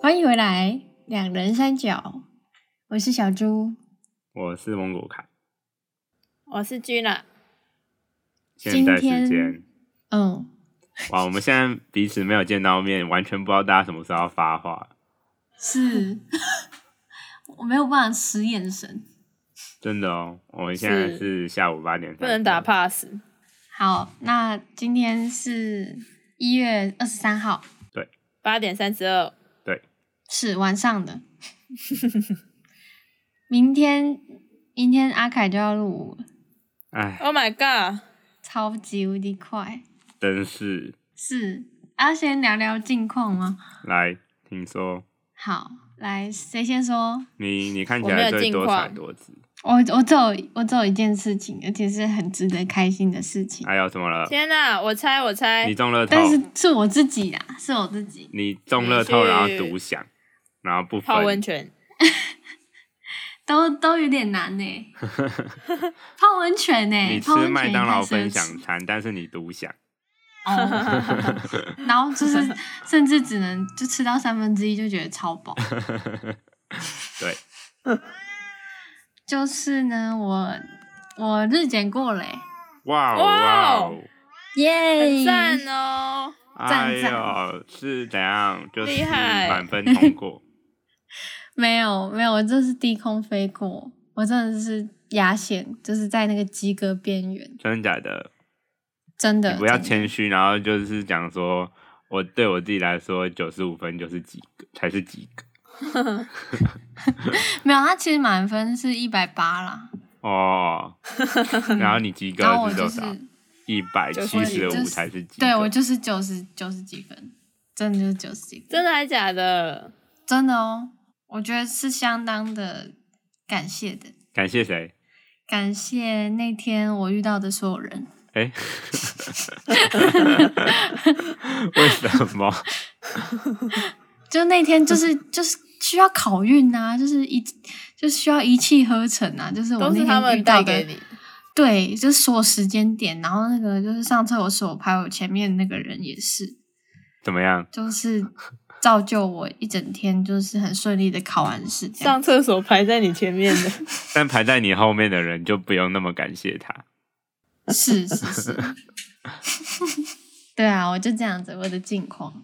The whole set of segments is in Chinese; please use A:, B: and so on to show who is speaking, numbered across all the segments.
A: 欢迎回来，两人三角，我是小猪，
B: 我是蒙古凯。
C: 我是君了，
A: 今
B: 现在时
A: 天
B: 间，
A: 嗯，
B: 哇，我们现在彼此没有见到面，完全不知道大家什么时候要发话，
D: 是，我没有办法使眼神。
B: 真的哦。我们现在
C: 是
B: 是下午八点，
C: 不能打。pass。
A: 好，那今天是一月二十三号，
C: 八点三十二，
A: 是晚上的。 明天，明天阿凯就要入伍了，
B: 哎，
C: Oh my god！
A: 超级无敌快。
B: 真是
A: 是，要先聊聊近况吗？
B: 来，听说
A: 好，来，谁先说？
B: 你你看起
C: 我没
B: 来
C: 有
B: 最
C: 近
B: 多
C: 况
B: 才多姿，
A: 我我只有我只有一件事情，而且是很值得开心的事情，
B: 还有哎什么了？
C: 天哪、我猜，我
B: 你
C: 猜，
B: 中乐透，
A: 但是是我自己啊，是我自己。
B: 你中乐透，
C: 你去
B: 然后独享，然后不
C: 泡
B: 分
C: 温，泉，
D: 都都有点难 呢。泡温泉呢、
B: 你
D: 泡温
B: 吃
D: 泉
B: 麦当劳
D: 也太奢侈
B: 分享餐，但是你独享，
A: 哦 然后就是甚至只能就吃到三分之一就觉得超饱。
B: 对，
A: 就是呢，我我日检过嘞，
B: 哇哦哇
C: 哇哦
B: 哦！
A: 耶
C: 很赞哦！
B: 哎
A: 赞
B: 呦，是怎样？就是
C: 厉害
B: 满分通 过，
A: 没有没有，我这是低空飞过，我真的是压线，就是在那个及格边缘，
B: 真的假的？
A: 真的。
B: 你不要
A: 真的
B: 谦虚，然后就是讲说，我对我自己来说，九十五分就是及格，才是及格
A: 没有，他其实满分是一百八啦，
B: 哦。然后你及格
A: 然后我
B: 是
A: 就
B: 多
A: 是
B: 少？一百七十
A: 就是
B: 五才是及格。
A: 对我就是九十九十几分，真的就是九十几分，
C: 真的还假的？
A: 真的哦，我觉得是相当的感谢的，
B: 感谢谁？
A: 感谢那天我遇到的所有人，
B: 哎， 为什么？
A: 就那天就是 就是需要考运啊，就是一就是需要一气呵成啊，就是我
C: 都是
A: 那
C: 他
A: 天遇
C: 们
A: 到
C: 带
A: 的
C: 给你，
A: 对，就是所有时间点，然后那个就是上厕所排我前面那个人也是，
B: 怎么样？
A: 就是造就我一整天就是很顺利的考完试这样。
C: 上厕所排在你前面 的，
B: 但排在你后面的人就不用那么感谢他。
A: 是是是，对啊，我就这样子，我的近况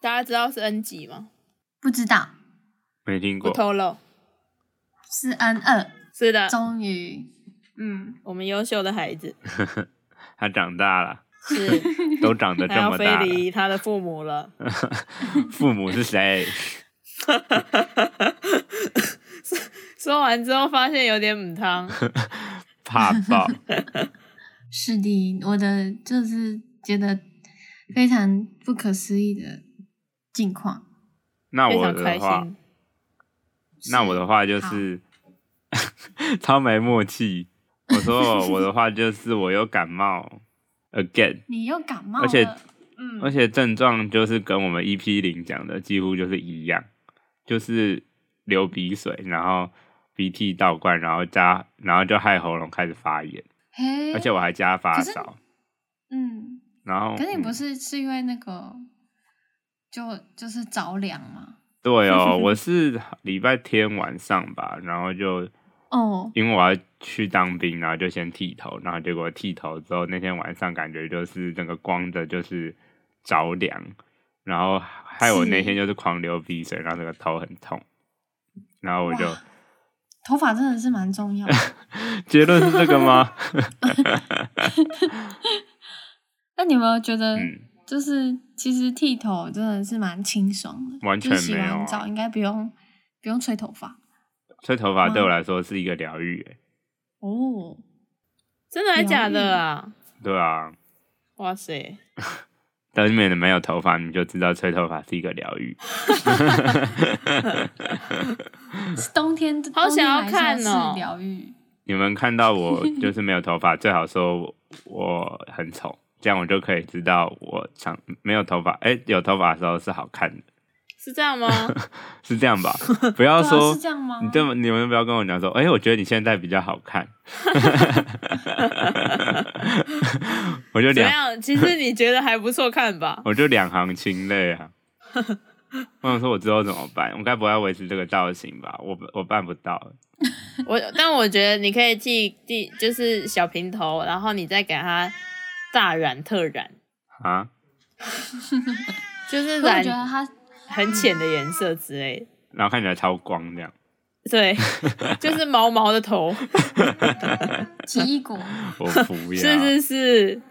C: 大家知道是 N 级吗？
A: 不知道
B: 没听
C: 不
B: 过，
C: 透露。
A: 是 N 二，
C: 是的，
A: 终于，嗯，
C: 我们优秀的孩子
B: 他长大了，
C: 是
B: 都 长得这
C: 他要
B: 么
C: 飞
B: 大了，
C: 离他的父母了，
B: 父母 是谁？
C: 说完之后发现有点母汤，
B: 怕 爆。
A: 是的，我的就是觉得非常不可思议的近况。
B: 那
C: 非
B: 我
C: 常
B: 的
C: 开
B: 话，
C: 心。
B: 那我的话就是 超没默契。我说我的话就是我又感冒 again，
A: 你又感冒了，
B: 而且
A: 嗯，
B: 而且症状就是跟我们 EP 零讲的几乎就是一样，就是流鼻水，然后鼻涕倒灌，然后加然后就害喉咙开始发炎，
A: 嘿，
B: 而且我还加发
A: 可是
B: 烧。
A: 嗯，
B: 然后
A: 可是你
B: 嗯
A: 不是是因为那个就就是着凉吗？
B: 对哦，我是礼拜天晚上吧，然后就
A: 哦，
B: 因为我要去当兵，然后就先剃头，然后结果剃头之后那天晚上感觉就是那个光着就是着凉，然后害我那天就是狂流鼻水，然后那个头很痛，然后我就
A: 哇头发真的是蛮重 要的。
B: 结论是这个吗？
A: 那你有没有觉得，
B: 嗯，
A: 就是其实剃头真的是蛮清爽的，
B: 完全
A: 就是洗
B: 没有啊
A: 完澡应该不用不用吹头发
B: 吹头发对我来说是一个疗愈、欸，
A: 哦。
C: 真的还假的啊？
B: 对啊，
C: 哇塞，
B: 当你们没有头发，你就知道吹头发是一个疗愈。
A: 是冬天，
C: 好想要
A: 冬天还是
C: 看哦
A: 是疗 愈。
B: 你们看到我就是没有头发，最好说我我很丑，这样我就可以知道我长没有头发。哎、有头发的时候是好看的，
C: 是这样吗？
B: 是这 样吧？不要
A: 对啊，
B: 说、
A: 是这样吗？
B: 你这么，你们不要跟我讲说，哎、我觉得你现在比较好看， 我就
C: 怎
B: 两
C: 么样？其实你觉得还不错看吧？
B: 我就两行清泪啊。我想说，我之后怎么办？我该不会要维持这个造型吧？我我办不到。
C: 我但我觉得你可以剃剃，就是小平头，然后你再给它大染特染，
B: 啊，
C: 就是
D: 可我觉
C: 染
D: 得他
C: 很浅的颜色之类的。
B: 然后看起来超光这样。
C: 对，就是毛毛的头，
D: 奇异 果，
B: 我不 要。
C: 是是是，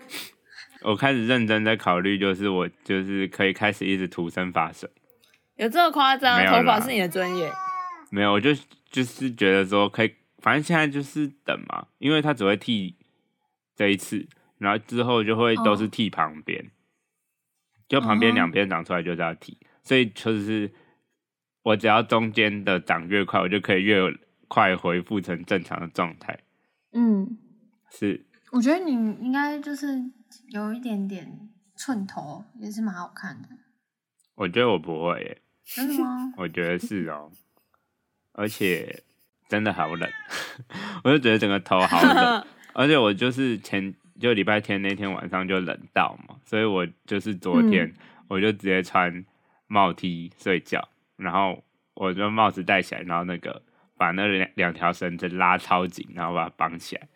B: 我开始认真在考虑，就是我就是可以开始一直涂生发水。
C: 有这么夸张？
B: 没有啦
C: 头发是你的专业，
B: 没有，我就就是觉得说可以，反正现在就是等嘛，因为他只会剃这一次，然后之后就会都是剃旁边，就旁边
D: 哦
B: 两边长出来就是要剃，所以就是我只要中间的长越快，我就可以越快恢复成正常的状态。
A: 嗯，
B: 是，
A: 我觉得你应该就是有一点点寸头，也是蛮好看的，
B: 我觉得我不会耶，？
A: 真的 吗
B: 我觉得是哦， 而且真的好冷， 我就觉得整个头好冷。而且我就是前就礼拜天那天晚上就冷到嘛，所以我就是昨天、我就直接穿帽 T 睡觉，然后我就帽子戴起来，然后那个把那两两条绳子拉超紧，然后把它绑起来。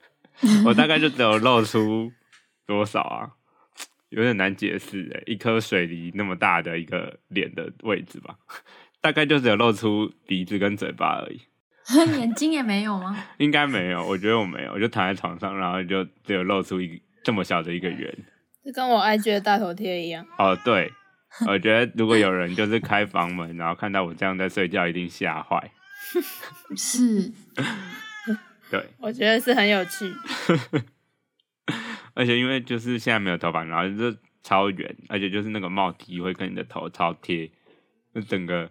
B: 我大概就只有露出多少啊？有点难解释诶、一颗水梨那么大的一个脸的位置吧，大概就只有露出鼻子跟嘴巴而已。
D: 眼睛也没有吗？
B: 应该没有，我觉得我没有，我就躺在床上，然后就只有露出一这么小的一个圆。
C: 就跟我 IG 的大头贴一样。
B: 哦，对，我觉得如果有人就是开房门，然后看到我这样在睡觉，一定吓坏。
A: 是，
B: 对，
C: 我觉得是很有趣，
B: 而且因为就是现在没有头发，然后就超圆，而且就是那个帽 T 会跟你的头超贴，就整个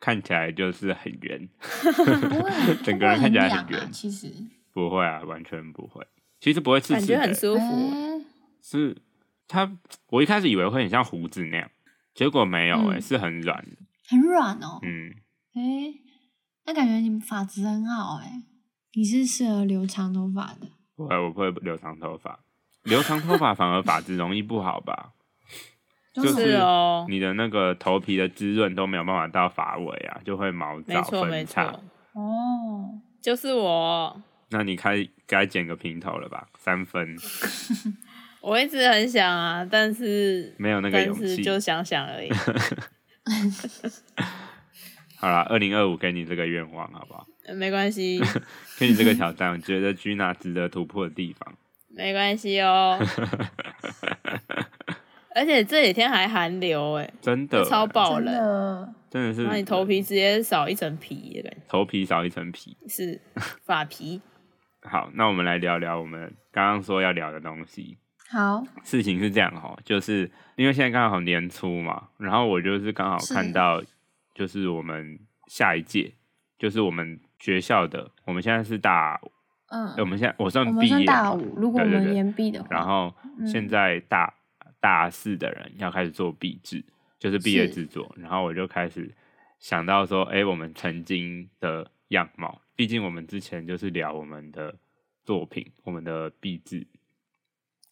B: 看起来就是很圆。
A: 不会会不
B: 整个
A: 会
B: 人看起来
A: 痒
B: 很
A: 啊
B: 圆
A: 其实，
B: 不会啊，完全不会。其实不会刺
C: 感
B: 刺的、
C: 觉很舒
D: 嗯
C: 服。
A: 哎
B: 是它，我一开始以为会很像胡子那样，结果没有、欸，
A: 嗯
B: 是很软的。
A: 很软哦。
B: 嗯，
A: 哎、那感觉你发质很好哎、你是适合留长头发的。
B: 不会，我不会留长头发，留长头发反而发质容易不好吧？
A: 就是
C: 是哦，
B: 你的那个头皮的滋润都没有办法到发尾啊，就会毛
C: 没
B: 躁
C: 错没
B: 分叉
C: 错。，
A: 哦，
C: 就是我。
B: 那你开该剪个平头了吧？三分
C: 我一直很想啊，但是
B: 没有那个
C: 但
B: 勇
C: 是
B: 气。
C: 就想想而已。
B: 好啦，二零二五给你这个愿望好不好？
C: 呃没关 系，
B: 给你这个挑战，我觉得 Gina 值得突破的地方。
C: 没关系哦。而且这几天还寒流哎、
B: 真的欸
C: 超爆
A: 真
C: 冷
A: 的，
B: 真的是
C: 然后你头皮直接少一层皮的感
B: 头皮少一层皮。
C: 觉，是发皮。
B: 好，那我们来聊聊我们刚刚说要聊的东西。
A: 好，
B: 事情是这样哈，就是因为现在刚好年初嘛，然后我就是刚好
A: 是
B: 看到，就是我们下一届，就是我们学校的，我们现在是大，
A: 嗯，
B: 呃我们现在我算
A: 我
B: 毕
A: 们算
B: 业嘛
A: 大五，如果我
B: 啊对对
A: 们
B: 对
A: 延毕的话，嗯
B: 然后现在大、大四的人要开始做毕制，就是毕业制作。然后我就开始想到说，哎、我们曾经的样貌，毕竟我们之前就是聊我们的作品，我们的毕制，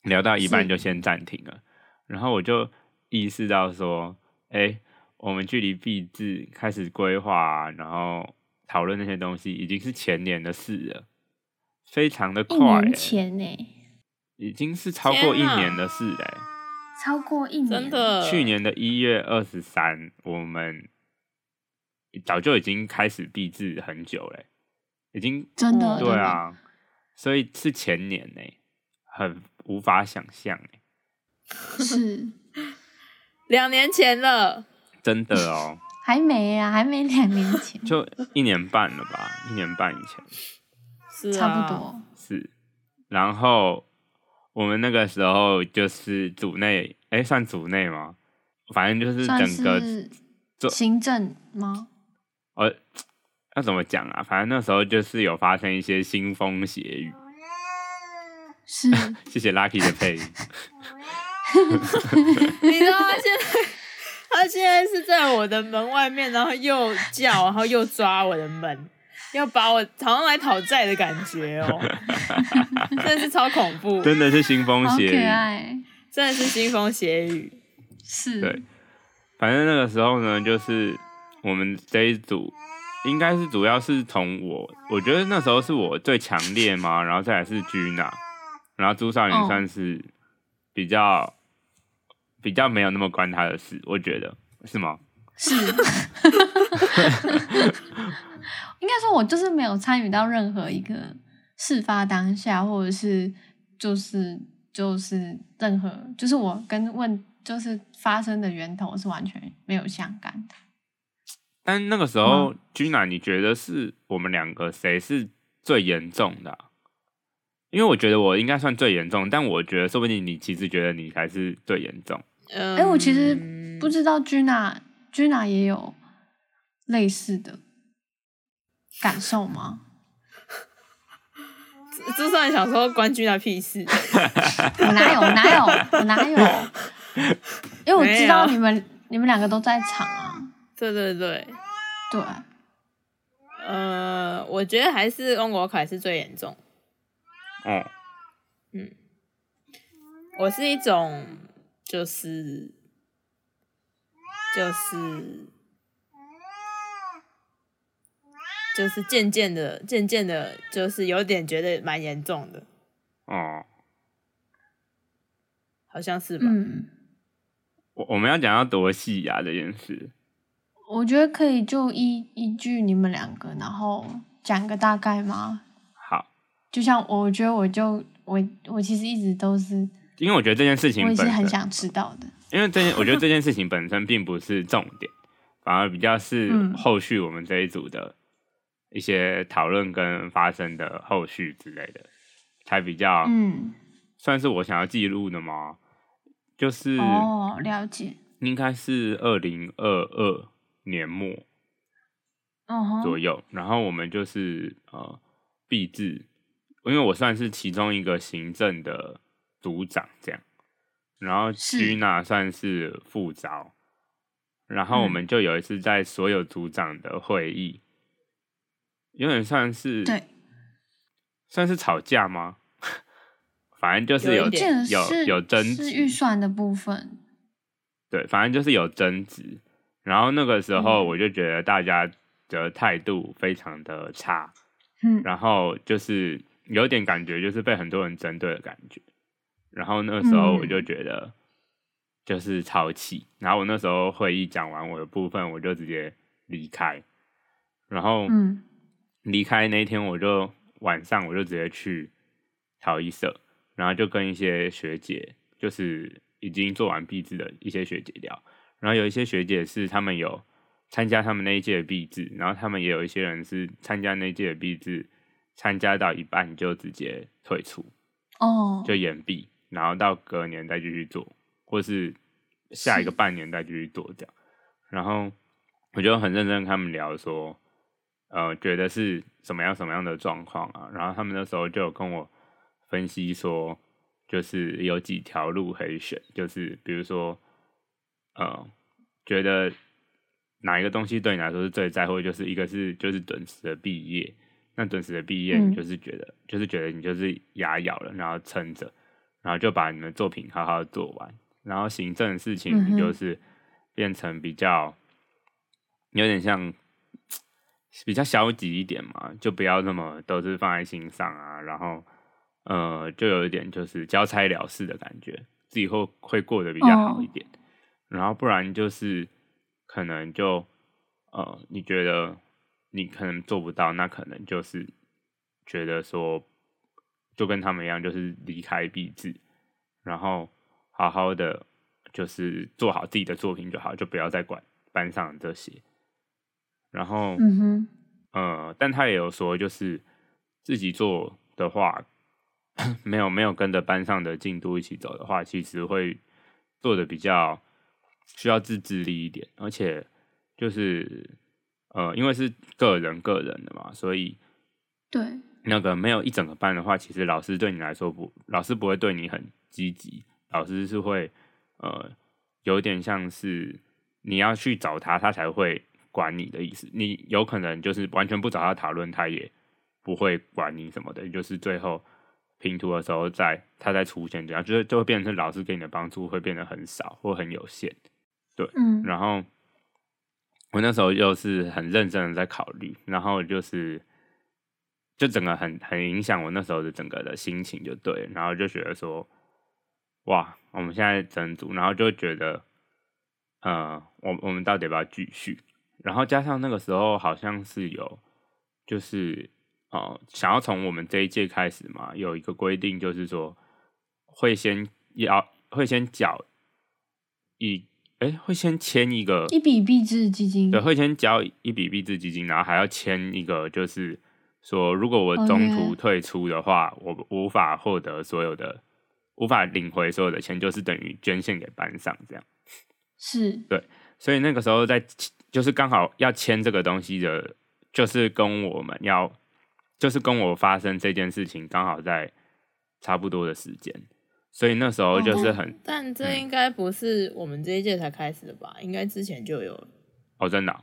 B: 聊到一半
A: 是
B: 就先暂停了。然后我就意识到说，哎、我们距离毕制开始规划啊、然后讨论那些东西，已经是前年的事了，非常的
A: 一
B: 快、欸。
A: 年前呢、
B: 已经是超过一
C: 天啊呃
B: 年的事嘞、
A: 超过一年，
C: 真，的，
B: 去年的一月二十三，我们早就已经开始闭制很久嘞、已经
A: 真的，
C: 哦
B: 对，啊，所以是前年呢、很无法想象欸
A: 是
C: 两年前了，
B: 真的哦、，
A: 还没啊，还没两年前
B: 就一年半了吧，一年半以前
C: 是、啊、
A: 差不。多，
B: 是。然后我们那个时候就是组内，哎、算组内吗？反正就是
A: 算
B: 整个
A: 是
B: 做
A: 行政吗？
B: 呃，要怎么讲啊？反正那时候就是有发生一些腥风血雨。
A: 是
B: 谢谢 Lucky 的配音，
C: 你知道他现在，他现在是在我的门外面，然后又叫，然后又抓我的门，要把我好像来讨债的感觉 哦，真的是超恐怖，
B: 真的是腥风
A: 好
B: 血
A: 可
B: 雨。
A: 爱，
C: 真的是腥风血雨。
A: 是，
B: 对，反正那个时候呢，就是我们这一组应该是主要是从我，我觉得那时候是我最强烈嘛，然后再来是 Gina，然后朱少
A: 哦
B: 云算是比较、比较没有那么关他的事，我觉得是吗？
A: 是，应该说，我就是没有参与到任何一个事发当下，或者是就是就是任何，就是我跟问就是发生的源头是完全没有相干的。
B: 但那个
A: 嗯
B: 时候、君 g i n a 你觉得是我们两个谁是最严重的啊、因为我觉得我应该算最严重，但我觉得说不定你其实觉得你才是最严重。
C: 嗯
A: 哎、我其实不知道 Gina Gina 也有类似的感受吗？
C: 朱少云小时候关君那屁事，
A: 我哪有哪有我哪有？ 因为我知道
C: 没有
A: 你们你们两个都在场啊，
C: 对对对，
A: 对，
C: 呃，我觉得还是翁国凯是最严重。
B: 哦、
C: 我是一种就是就是就是渐渐的渐渐的，就是有点觉得蛮严重的，
B: 哦，
C: 好像是吧？
A: 嗯。
B: 我我们要讲到多细呀、这件事。
A: 我觉得可以就依依据你们两个，然后讲个大概吗？
B: 好，
A: 就像我觉得我就我我其实一直都是，
B: 因为我觉得这件事情
A: 我也
B: 本
A: 是
B: 身，
A: 很想知道的。
B: 因为这件我觉得这件事情本身并不是重点，反而比较是
A: 嗯
B: 后续我们这一组的一些讨论跟发生的后续之类的，才比较
A: 嗯，
B: 算是我想要记录的吗？就是
A: 哦，了解。
B: 应该是二零二二年末
A: 嗯
B: 左
A: 哼，
B: 右，然后我们就是呃毕制，因为我算是其中一个行政的组长这样，然后
A: 是
B: 居娜算是副招，然后
A: 嗯
B: 我们就有一次在所有组长的会议，有点算是
A: 对，
B: 算是吵架吗？ 反正就是有
C: 有一
A: 这个
C: 点
B: 有
A: 是
B: 有争
A: 是
B: 执
A: 预算的部分。
B: 对，反正就是有争执。然后那个时候
A: 嗯
B: 我就觉得大家的态度非常的差，
A: 嗯
B: 然后就是有点感觉就是被很多人针对的感觉。然后那个时候我就觉得就是超气，然后我那时候会议讲完我的部分，我就直接离开。然后
A: 嗯
B: 离开那一天，我就晚上我就直接去陶艺社，然后就跟一些学姐，就是已经做完毕制的一些学姐聊，然后有一些学姐是他们有参加他们那一届的毕制，然后他们也有一些人是参加那一届的毕制，参加到一半就直接退出，
A: 哦，
B: 就延毕，然后到隔年再继续做，或是下一个半年再继续做掉。然后我就很认真跟他们聊说，呃，觉得是什么样什么样的状况啊。然后他们那时候就有跟我分析说，就是有几条路可以选，就是比如说，呃，觉得哪一个东西对你来说是最在乎的，就是一个是就是准时的毕业，那准时的毕业，
A: 嗯
B: 你就是觉得、就是觉得你就是牙咬了，然后撑着，然后就把你们作品好好做完。然后行政的事情，
A: 嗯
B: 你就
A: 哼
B: 是变成比较有点像比较消极一点嘛，就不要那么都是放在心上啊。然后呃，就有一点就是交差了事的感觉，自己会会过得比较
A: 哦
B: 好一点。然后不然就是可能就呃，你觉得你可能做不到，那可能就是觉得说，就跟他们一样，就是离开壁纸，然后好好的就是做好自己的作品就好，就不要再管班上这些。然后，
A: 嗯哼，
B: 呃，但他也有说，就是自己做的话，没有没有跟着班上的进度一起走的话，其实会做的比较需要自制力一点，而且就是呃，因为是个人个人的嘛，所以
A: 对，
B: 那个没有一整个班的话，其实老师对你来说不，老师不会对你很积极，老师是会呃有点像是你要去找他，他才会管你的意思。你有可能就是完全不找他讨论，他也不会管你什么的，就是最后拼图的时候再他再出现这样，就是就会变成是老师给你的帮助会变得很少或很有限。
A: 嗯，
B: 然后我那时候又是很认真的在考虑，然后就是就整个很很影响我那时候的整个的心情，就对，然后就觉得说，哇，我们现在整组，然后就觉得，呃，我我们到底要不要继续？然后加上那个时候好像是有，就是哦、呃想要从我们这一届开始嘛，有一个规定就是说会先要会先缴一哎、会先签一个
A: 一笔币制基金，
B: 对，会先交一笔币制基金，然后还要签一个，就是说，如果我中途
A: 哦 OK
B: 退出的话我无法获得所有的，无法领回所有的钱，就是等于捐献给班上这样。
A: 是
B: 所以那个时候在就是刚好要签这个东西的，就是跟我们要，就是跟我发生这件事情刚好在差不多的时间，所以那时候就是很
C: 但这应该不是我们这一届才开始的吧？应该之前就有了，
B: 哦真的啊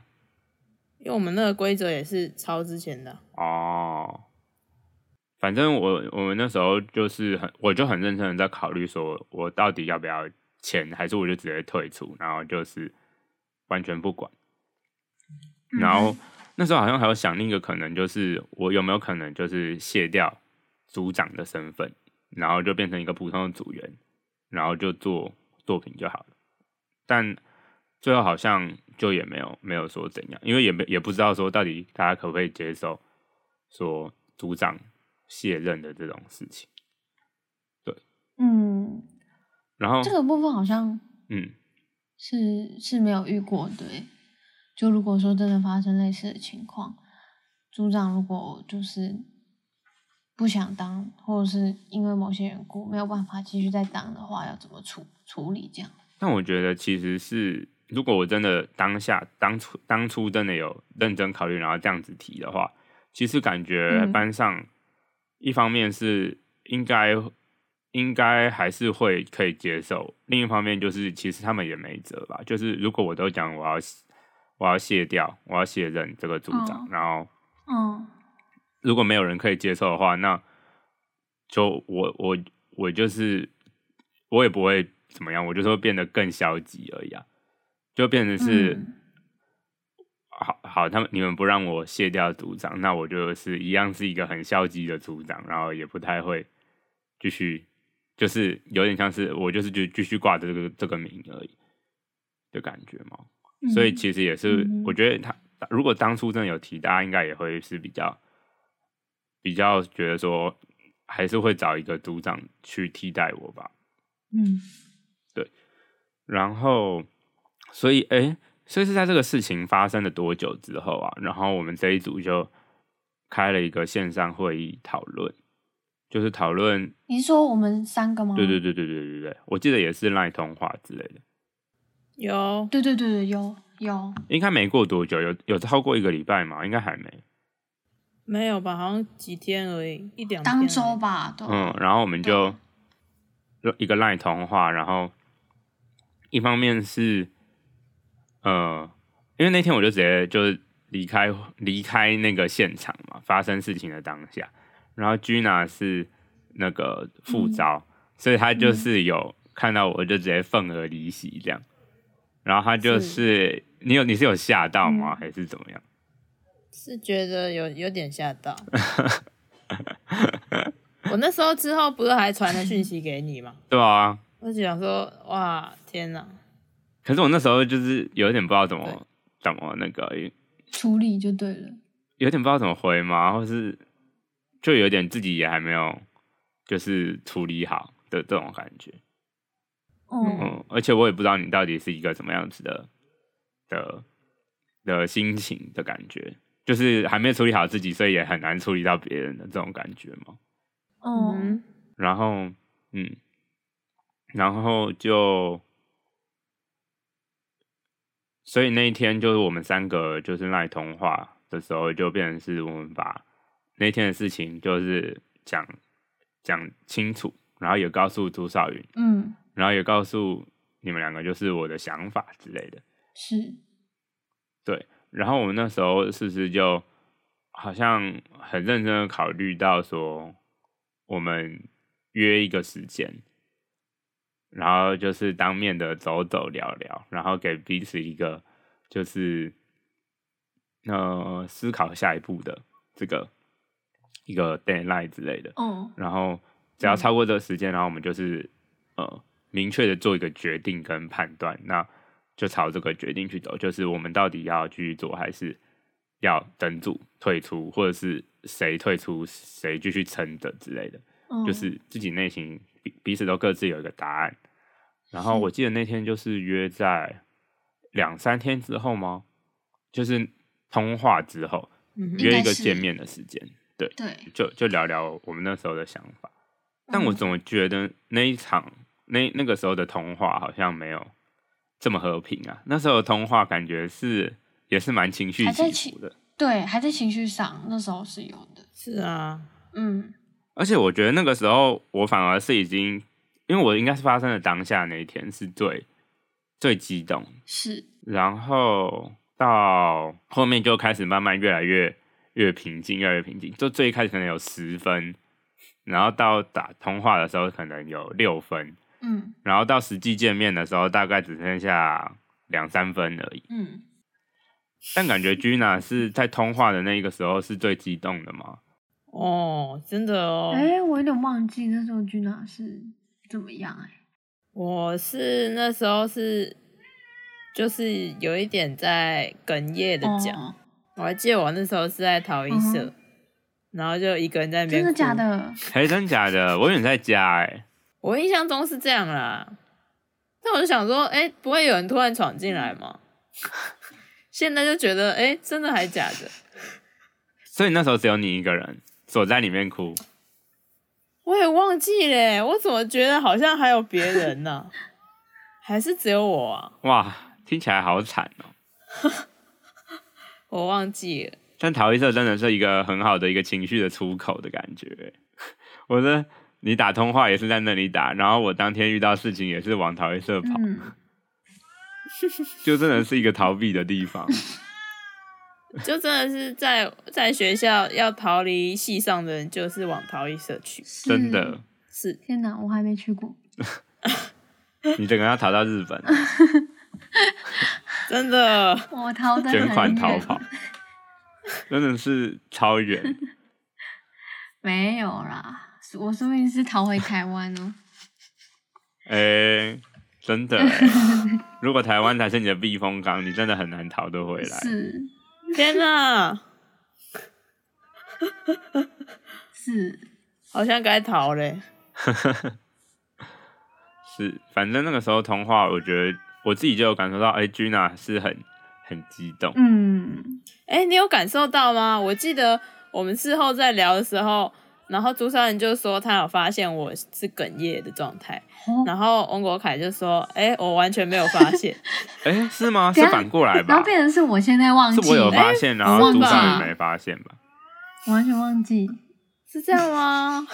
C: 因为我们那个规则也是超之前的啊。
B: 哦，反正我我们那时候就是很，我就很认真的在考虑，说我到底要不要签，还是我就直接退出，然后就是完全不管。然后那时候好像还有想另一个可能，就是我有没有可能就是卸掉组长的身份，然后就变成一个普通的组员，然后就做作品就好了。但最后好像就也没有没有说怎样，因为也没也不知道说到底大家可不可以接受说组长卸任的这种事情。
A: 嗯，
B: 然后
A: 这个部分好像
B: 嗯，
A: 是是没有遇过的欸。就如果说真的发生类似的情况，组长如果就是不想当，或者是因为某些缘故没有办法继续再当的话，要怎么处处理这样？
B: 但我觉得其实是，如果我真的当下当初当初真的有认真考虑，然后这样子提的话，其实感觉
A: 嗯
B: 班上一方面是应该应该还是会可以接受，另一方面就是其实他们也没辙吧。就是如果我都讲我要我要卸掉，我要卸任这个组长，
D: 哦
B: 然后
A: 哦
D: 嗯，
B: 如果没有人可以接受的话，那就我我我就是我也不会怎么样，我就是会变得更消极而已啊，就变成是、
D: 嗯
B: 好好他们你们不让我卸掉组长，那我就是一样是一个很消极的组长，然后也不太会继续，就是有点像是我就是就继续挂着这个这个名而已的感觉嘛。所以其实也是，
A: 嗯
B: 我觉得他如果当初真的有提，大家应该也会是比较比较觉得说，还是会找一个组长去替代我吧。
A: 嗯，
B: 然后，所以哎、诶所以是在这个事情发生了多久之后啊？然后我们这一组就开了一个线上会议讨论，就是讨论，
A: 你是说我们三个吗？
B: 对对对对对对对，我记得也是赖通话之类的。
C: 有
A: 对对对对，有有，
B: 应该没过多久，有有超过一个礼拜嘛？应该还没。
C: 没有吧？好像几天而已，一两天而
A: 当
C: 已
A: 周。吧，对，
B: 嗯，然后我们就一个赖通话，然后一方面是呃，因为那天我就直接就是离开离开那个现场嘛，发生事情的当下，然后 Gina 是那个副招，所以他就是有看到我就直接愤而离席这样，然后他就是你有你是有吓到吗？
A: 嗯
B: 还是怎么样？
C: 是觉得有有点吓到。我那时候之后不是还传了讯息给你吗？
B: 对啊，
C: 我就想说，哇，天哪！
B: 可是我那时候就是有点不知道怎
C: 对
B: 么怎么那个，
A: 处理就对了。
B: 有点不知道怎么回嘛，或是就有点自己也还没有就是处理好的这种感觉。
A: 嗯，
B: 嗯，而且我也不知道你到底是一个什么样子的的的心情的感觉，就是还没处理好自己，所以也很难处理到别人的这种感觉嘛。
A: 哦、
C: 嗯，
B: 然后，嗯，然后就，所以那一天就是我们三个就是赖通话的时候，就变成是我们把那天的事情就是讲讲清楚，然后也告诉朱少云，
A: 嗯，
B: 然后也告诉你们两个就是我的想法之类的。
A: 是，
B: 然后我们那时候是不是就好像很认真的考虑到说，我们约一个时间，然后就是当面的走走聊聊，然后给彼此一个就是呃思考下一步的这个一个 deadline 之类的。
A: 哦
D: 嗯，
B: 然后只要超过这个时间，然后我们就是呃明确的做一个决定跟判断，那就朝这个决定去走，就是我们到底要继续做，还是要等组退出，或者是谁退出谁继续撑着之类的，
A: 哦
D: 嗯
B: 就是自己内心彼彼此都各自有一个答案。然后我记得那天就是约在两三天之后吗？就是通话之后
C: 嗯
B: 约
D: 应
B: 一
D: 该
B: 个
D: 是
B: 见面的时间，对。
D: 对，
B: 就就聊聊我们那时候的想法。但
D: 嗯
B: 我怎么觉得那一场那那个时候的通话好像没有这么和平啊？那时候的通话感觉是也是蛮情绪
A: 还在
B: 起伏
A: 情
B: 的，
A: 对，还在情绪上，那时候是有的。
C: 是啊，
A: 嗯，
B: 而且我觉得那个时候我反而是已经，因为我应该是发生了当下那一天是最最激动，
D: 是
B: 然后到后面就开始慢慢越来越越平静，越来越平静。就最一开始可能有十分，然后到打通话的时候可能有六分，
A: 嗯
B: 然后到实际见面的时候大概只剩下两三分而已。
A: 嗯，
B: 但感觉 Gina 是在通话的那个时候是最激动的嘛？
C: 哦，真的哦，
A: 哎、我有点忘记那时候君娜是怎么样哎、
C: 我是那时候是就是有一点在哽咽的讲，
A: 哦
C: 我还记得我那时候是在陶艺社，
A: 嗯
C: 然后就一个人在那边，
A: 真的假？的？
B: 哎，真假的？我远在家哎、
C: 我印象中是这样啦，但我就想说，哎、不会有人突然闯进来吗？ 现在就觉得，哎、真的还假的？
B: 所以那时候只有你一个人锁在里面哭。
C: 我也忘记嘞，我怎么觉得好像还有别人呢、 还是只有我啊？
B: 哇，听起来好惨哦、
C: 我忘记了。
B: 但陶艺社真的是一个很好的一个情绪的出口的感觉。 我的，你打通话也是在那里打，然后我当天遇到事情也是往陶艺社跑，
A: 嗯，
B: 就真的是一个逃避的地方。
C: 就真的是在在学校要逃离系上的人，就是往逃逸社区。
A: 是
B: 真的，
C: 是，
A: 天哪，我还没去过。
B: 你整个要逃到日本，
C: 真的，
A: 我逃 得很
B: 卷
A: 远
B: 款逃跑， 真的是超远。
A: 没有啦，我说不定是逃回台湾哦。
B: 哎、真的、欸，如果台湾才是你的避风港，你真的很难逃得 回来。
A: 是
C: 天哪，
A: 是，
C: 好像该逃嘞。
B: 是，反正那个时候通话，我觉得我自己就有感受到，哎、g i n a 是很很激动。
A: 嗯，
C: 哎、你有感受到吗？我记得我们事后在聊的时候，然后朱少仁就说他有发现我是哽咽的状态，
A: 哦
C: 然后翁国凯就说：“哎、我完全没有发现。
B: 哎、是吗？是
A: 等下
B: 反过来
A: 然
B: 吧
A: 后？变成是我现在忘
B: 是
A: 记哎
B: 我有
A: 了，
B: 发现，然后
C: 忘
B: 杜
C: 吧
B: 尚也没发现吧？
A: 我完全忘记。”
C: 是这样吗？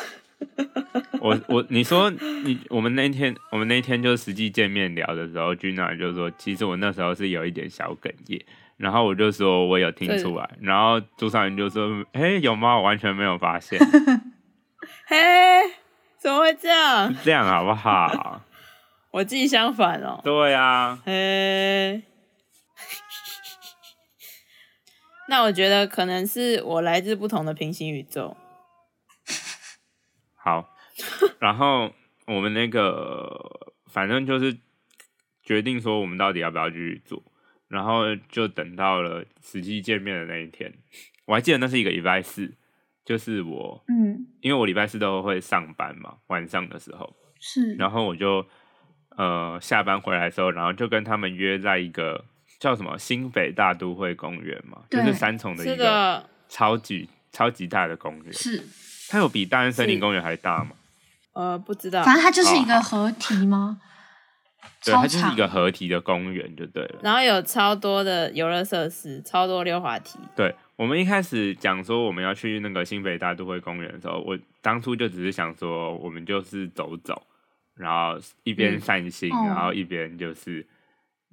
B: 我我你说你我们那天我们那天就实际见面聊的时候，Gina 就说，其实我那时候是有一点小哽咽，然后我就说我有听
C: 对
B: 出来，然后杜尚云就说，哎、有吗？我完全没有发现，
C: 嘿，怎么会这样？
B: 这样好不好？
C: 我自己相反哦。
B: 对啊，
C: 嘿，那我觉得可能是我来自不同的平行宇宙。
B: 好，然后我们那个反正就是决定说我们到底要不要继续做，然后就等到了实际见面的那一天。我还记得那是一个礼拜四，就是我
A: 嗯，
B: 因为我礼拜四都会上班嘛，晚上的时候，
A: 是，
B: 然后我就呃下班回来的时候，然后就跟他们约在一个叫什么新北大都会公园嘛，就
A: 对
B: 是三重的
C: 这
B: 一个
C: 个，
B: 超级超级大的公园，
D: 是，
B: 它有比大安森林
C: 是
B: 公园还大吗？
C: 呃，不知道。
A: 反正它就是一
B: 哦
A: 个合体吗？
B: 对，
A: 超
B: 它就是
A: 长
B: 一个合体的公园就对了。
C: 然后有超多的游乐设施，超多溜滑梯。
B: 对，我们一开始讲说我们要去那个新北大都会公园的时候，我当初就只是想说，我们就是走走，然后一边
C: 嗯
B: 散心，
A: 哦
B: 然后一边就是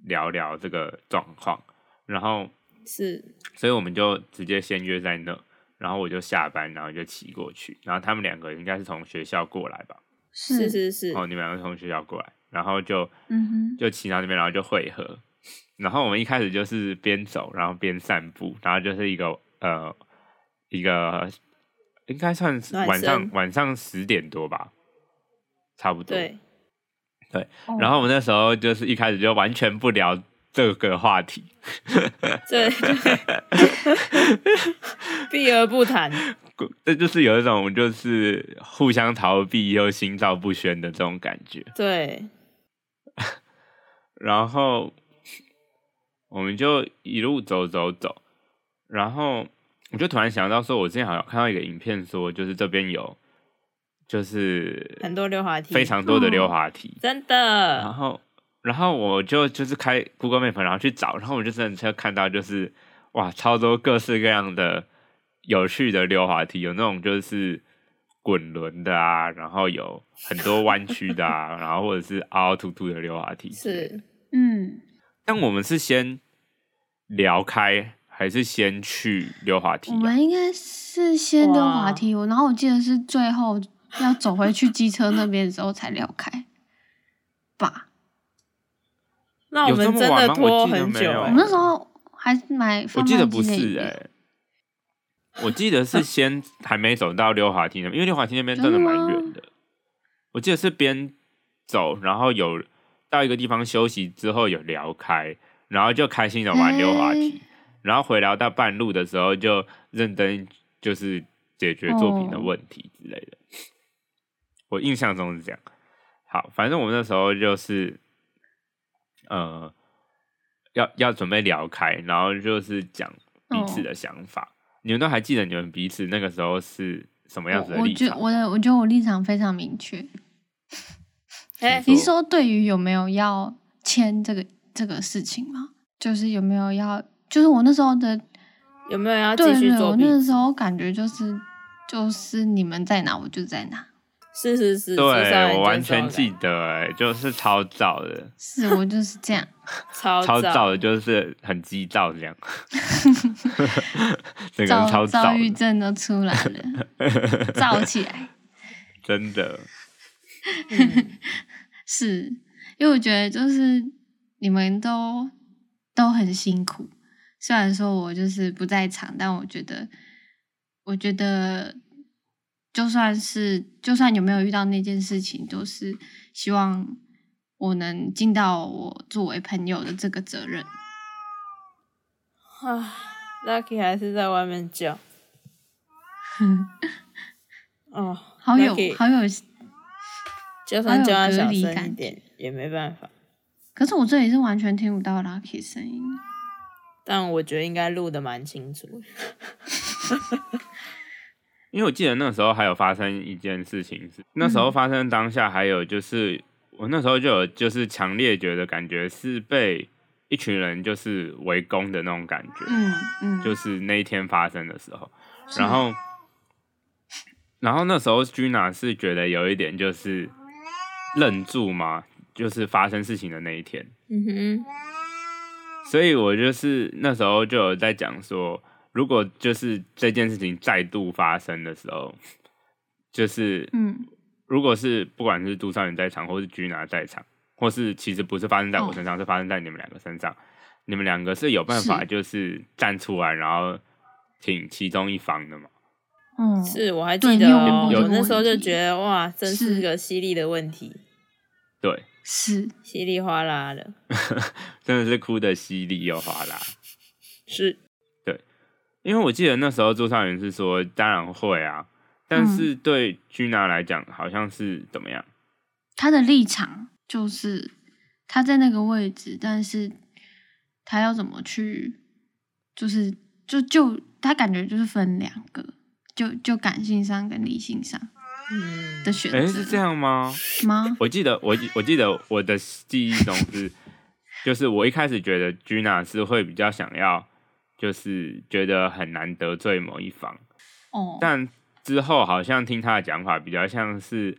B: 聊聊这个状况，然后
C: 是，
B: 所以我们就直接先约在那，然后我就下班，然后就骑过去，然后他们两个应该是从学校过来吧？
A: 是嗯
C: 是是是，
B: 哦哦，你们两个从学校过来，然后就
D: 嗯哼，
B: 就骑到那边，然后就汇合。然后我们一开始就是边走，然后边散步，然后就是一个呃一个应该算是
C: 暖
B: 晚上
C: 身
B: 晚上十点多吧，差不多。
C: 对，
A: 哦
B: 然后我们那时候就是一开始就完全不聊这个话题，
C: 这 避而不谈，
B: 这就是有一种就是互相逃避又心照不宣的这种感觉。
C: 对，
B: 然后我们就一路走走走，然后我就突然想到说，我之前好像看到一个影片说，就是这边有就是
C: 很多溜滑梯，嗯
B: 非常啊多的溜滑梯，
C: 真
B: 然
C: 的，
B: 后然后我就就是开 Google Map，然后去找，然后我就真的就看到就是哇，超多各式各样的有趣的溜滑梯，有那种就是。滚轮的啊，然后有很多弯曲的啊，然后或者是凹凹凸凸的溜滑梯，
C: 是
A: 嗯，
B: 但我们是先聊开，还是先去溜滑梯、
A: 我
B: 啊？
A: 们应该是先溜
C: 哇
A: 滑梯，我然后我记得是最 后要走回去机车那边的时候才聊开吧。
C: 那我
B: 有这
C: 们
B: 么
C: 真
B: 晚
C: 的
B: 吗
C: 拖
B: 我记得
C: 很
B: 没
C: 久
B: 有
A: 我
C: 欸，
A: 们那时候还买
B: 哎我
A: 放
B: 记得
A: 慢
B: 不
A: 机的饮
B: 是
A: 料，
B: 哎、我记得是先还没走到溜滑梯那边，因为溜滑梯那边真的蛮远
A: 真
B: 的。我记得是边走，然后有到一个地方休息之后有聊开，然后就开心的玩溜滑
A: 哎
B: 梯，然后回聊到半路的时候就认真就是解决作品的
A: 哦
B: 问题之类的。我印象中是这样。好，反正我们那时候就是，呃，要要准备聊开，然后就是讲彼
C: 哦
B: 此的想法。你们都还记得你们彼此那个时候是什么样子的
A: 我我
B: 立
A: 觉
B: 场？
A: 我的我觉得我立场非常明确。
C: 哎
B: 请
A: 你是说对于有没有要签这个这个事情吗？就是有没有要，就是我那时候的，
C: 有没有要继
A: 对
C: 续
A: 对，
C: 做
A: 我
C: 笔
A: 那时候感觉就是就是你们在哪我就在哪，
C: 是是是，至少
B: 对我
C: 你就
B: 完
C: 知道
B: 全
C: 了
B: 记得、哎，就是超早的，
A: 是我就是这样。
C: 超
B: 超
C: 早
B: 早的，就是很激躁这样， 整个人
A: 躁
B: 超早
A: 躁郁
B: 的，
A: 症都出来 了，躁起来
B: 真的。
C: 嗯
A: 是因为我觉得就是你们都都很辛苦，虽然说我就是不在场，但我觉得我觉得就算是就算有没有遇到那件事情，都是希望我能尽到我作为朋友的这个责任。
C: 啊，Lucky 还是在外面叫，哦，
A: 好有
C: Lucky
A: 好有，
C: 就算叫他
A: 好有
C: 小
A: 隔离
C: 声一
A: 感
C: 点也没办法，
A: 可是我这里是完全听不到 Lucky 声音。
C: 但我觉得应该录的蛮清楚的，
B: 因为我记得那时候还有发生一件事情是，那
A: 嗯
B: 时候发生当下还有就是，我那时候就有就是强烈觉得感觉是被一群人就是围攻的那种感觉，
A: 嗯嗯，
B: 就是那一天发生的时候，
A: 是
B: 然后，然后那时候 Gina 是觉得有一点就是愣住嘛，就是发生事情的那一天，
C: 嗯哼，
B: 所以我就是那时候就有在讲说，如果就是这件事情再度发生的时候，就是
A: 嗯
B: 如果是不管是杜少云在场，或是居拿在场，或是其实不是发生在我身上，是发生在你们两个身上，你们两个是有办法
A: 哦是
B: 就是站出来，然后挺其中一方的嘛。
A: 嗯，
C: 是我还
A: 对你
C: 记得
A: 有
C: 哦，
B: 问过
C: 我
B: 这个
C: 那时候
A: 问
C: 就
A: 题
C: 觉得哇，真是
A: 是
C: 个犀利的问题，
B: 对，
A: 是
C: 稀里哗啦的，
B: 真的是哭的稀里又哗啦。
C: 是
B: 因为我记得那时候朱少云是说，当然会啊，但
A: 嗯
B: 是对居拿来讲，好像是怎么样？
A: 他的立场就是他在那个位置，但是他要怎么去，就是就就他感觉就是分两个，就就感性上跟理性上
C: 嗯
A: 的选择、
B: 哎、是这样吗？
A: 吗？
B: 我记得我记我记得我的记忆中是，就是我一开始觉得 Gina 是会比较想要，就是觉得很难得罪某一方，
A: 哦，
B: 但之后好像听他的讲法，比较像是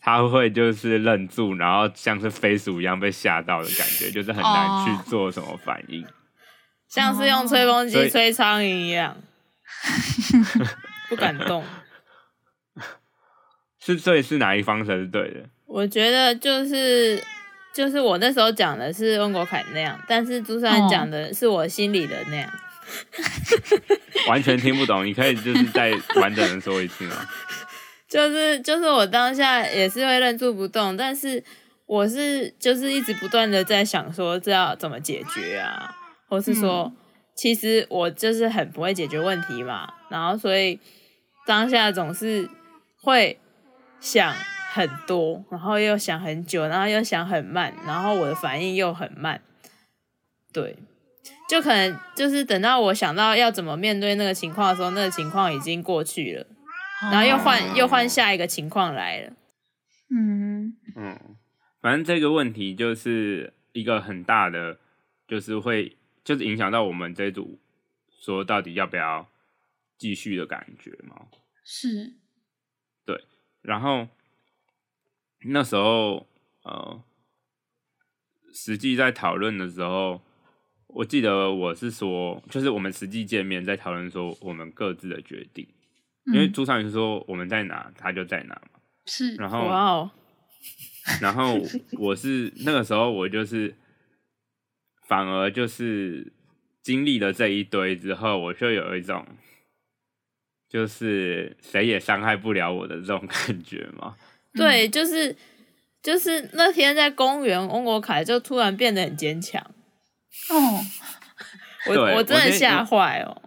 B: 他会就是愣住，然后像是飞鼠一样被吓到的感觉，就是很难去做什么反应。
C: 像是用吹风
B: 所
C: 机
B: 以
C: 吹苍蝇一 样，不敢动。
B: 是所以是哪一方才是对的？
C: 我觉得就是就是我那时候讲的是温国凯那样，但是朱珊
A: 哦
C: 讲的是我心里的那样。
B: 完全听不懂。你可以就是再完整的说一次吗？
C: 就是就是我当下也是会愣住不动，但是我是就是一直不断的在想说这要怎么解决啊，或是说、其实我就是很不会解决问题嘛，然后所以当下总是会想很多，然后又想很久，然后又想很慢，然后我的反应又很慢，对。就可能就是等到我想到要怎么面对那个情况的时候，那个情况已经过去了，然后又
B: 哦
C: 换又换下一个情况来了。
A: 嗯，
B: 嗯，反正这个问题就是一个很大的，就是会就是影响到我们这组说到底要不要继续的感觉嘛。
A: 是
B: 然后那时候呃，实际在讨论的时候，我记得我是说，就是我们实际见面在讨论说我们各自的决定，因为
A: 嗯
B: 朱尚宇说我们在哪他就在哪嘛，
A: 是
B: 然后
C: 哇哦，
B: 然后我是那个时候我就是反而就是经历了这一堆之后，我就有一种就是谁也伤害不了我的这种感觉嘛。
C: 对，就是就是那天在公园，翁国凯就突然变得很坚强，
A: 哦，
C: 我
B: 对
C: 我真
B: 我那
C: 的吓坏哦。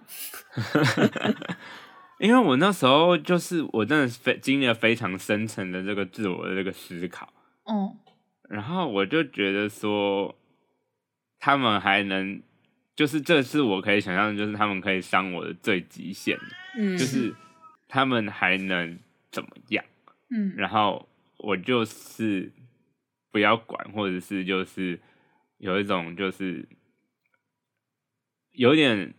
B: 因为我那时候就是我真的是非经历了非常深层的这个自我的这个思考，
A: 哦，
B: 然后我就觉得说，他们还能，就是这是我可以想象的，就是他们可以伤我的最极限，
C: 嗯，
B: 就是他们还能怎么样？
A: 嗯，
B: 然后我就是不要管，或者是就是有一种就是有点，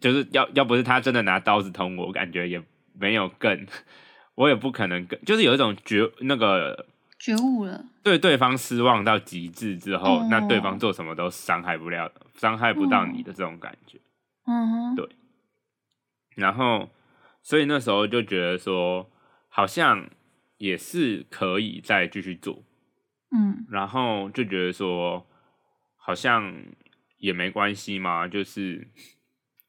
B: 就是要要不是他真的拿刀子捅我，我感觉也没有更， 我也不可能更，就是有一种觉那个
A: 觉悟了，
B: 对对方失望到极致之后，
A: 哦
B: 那对方做什么都伤害不了，伤害不到你的这种感觉。
A: 嗯哼，
B: 对然后，所以那时候就觉得说，好像也是可以再继续做，
A: 嗯
B: 然后就觉得说，好像也没关系嘛，就是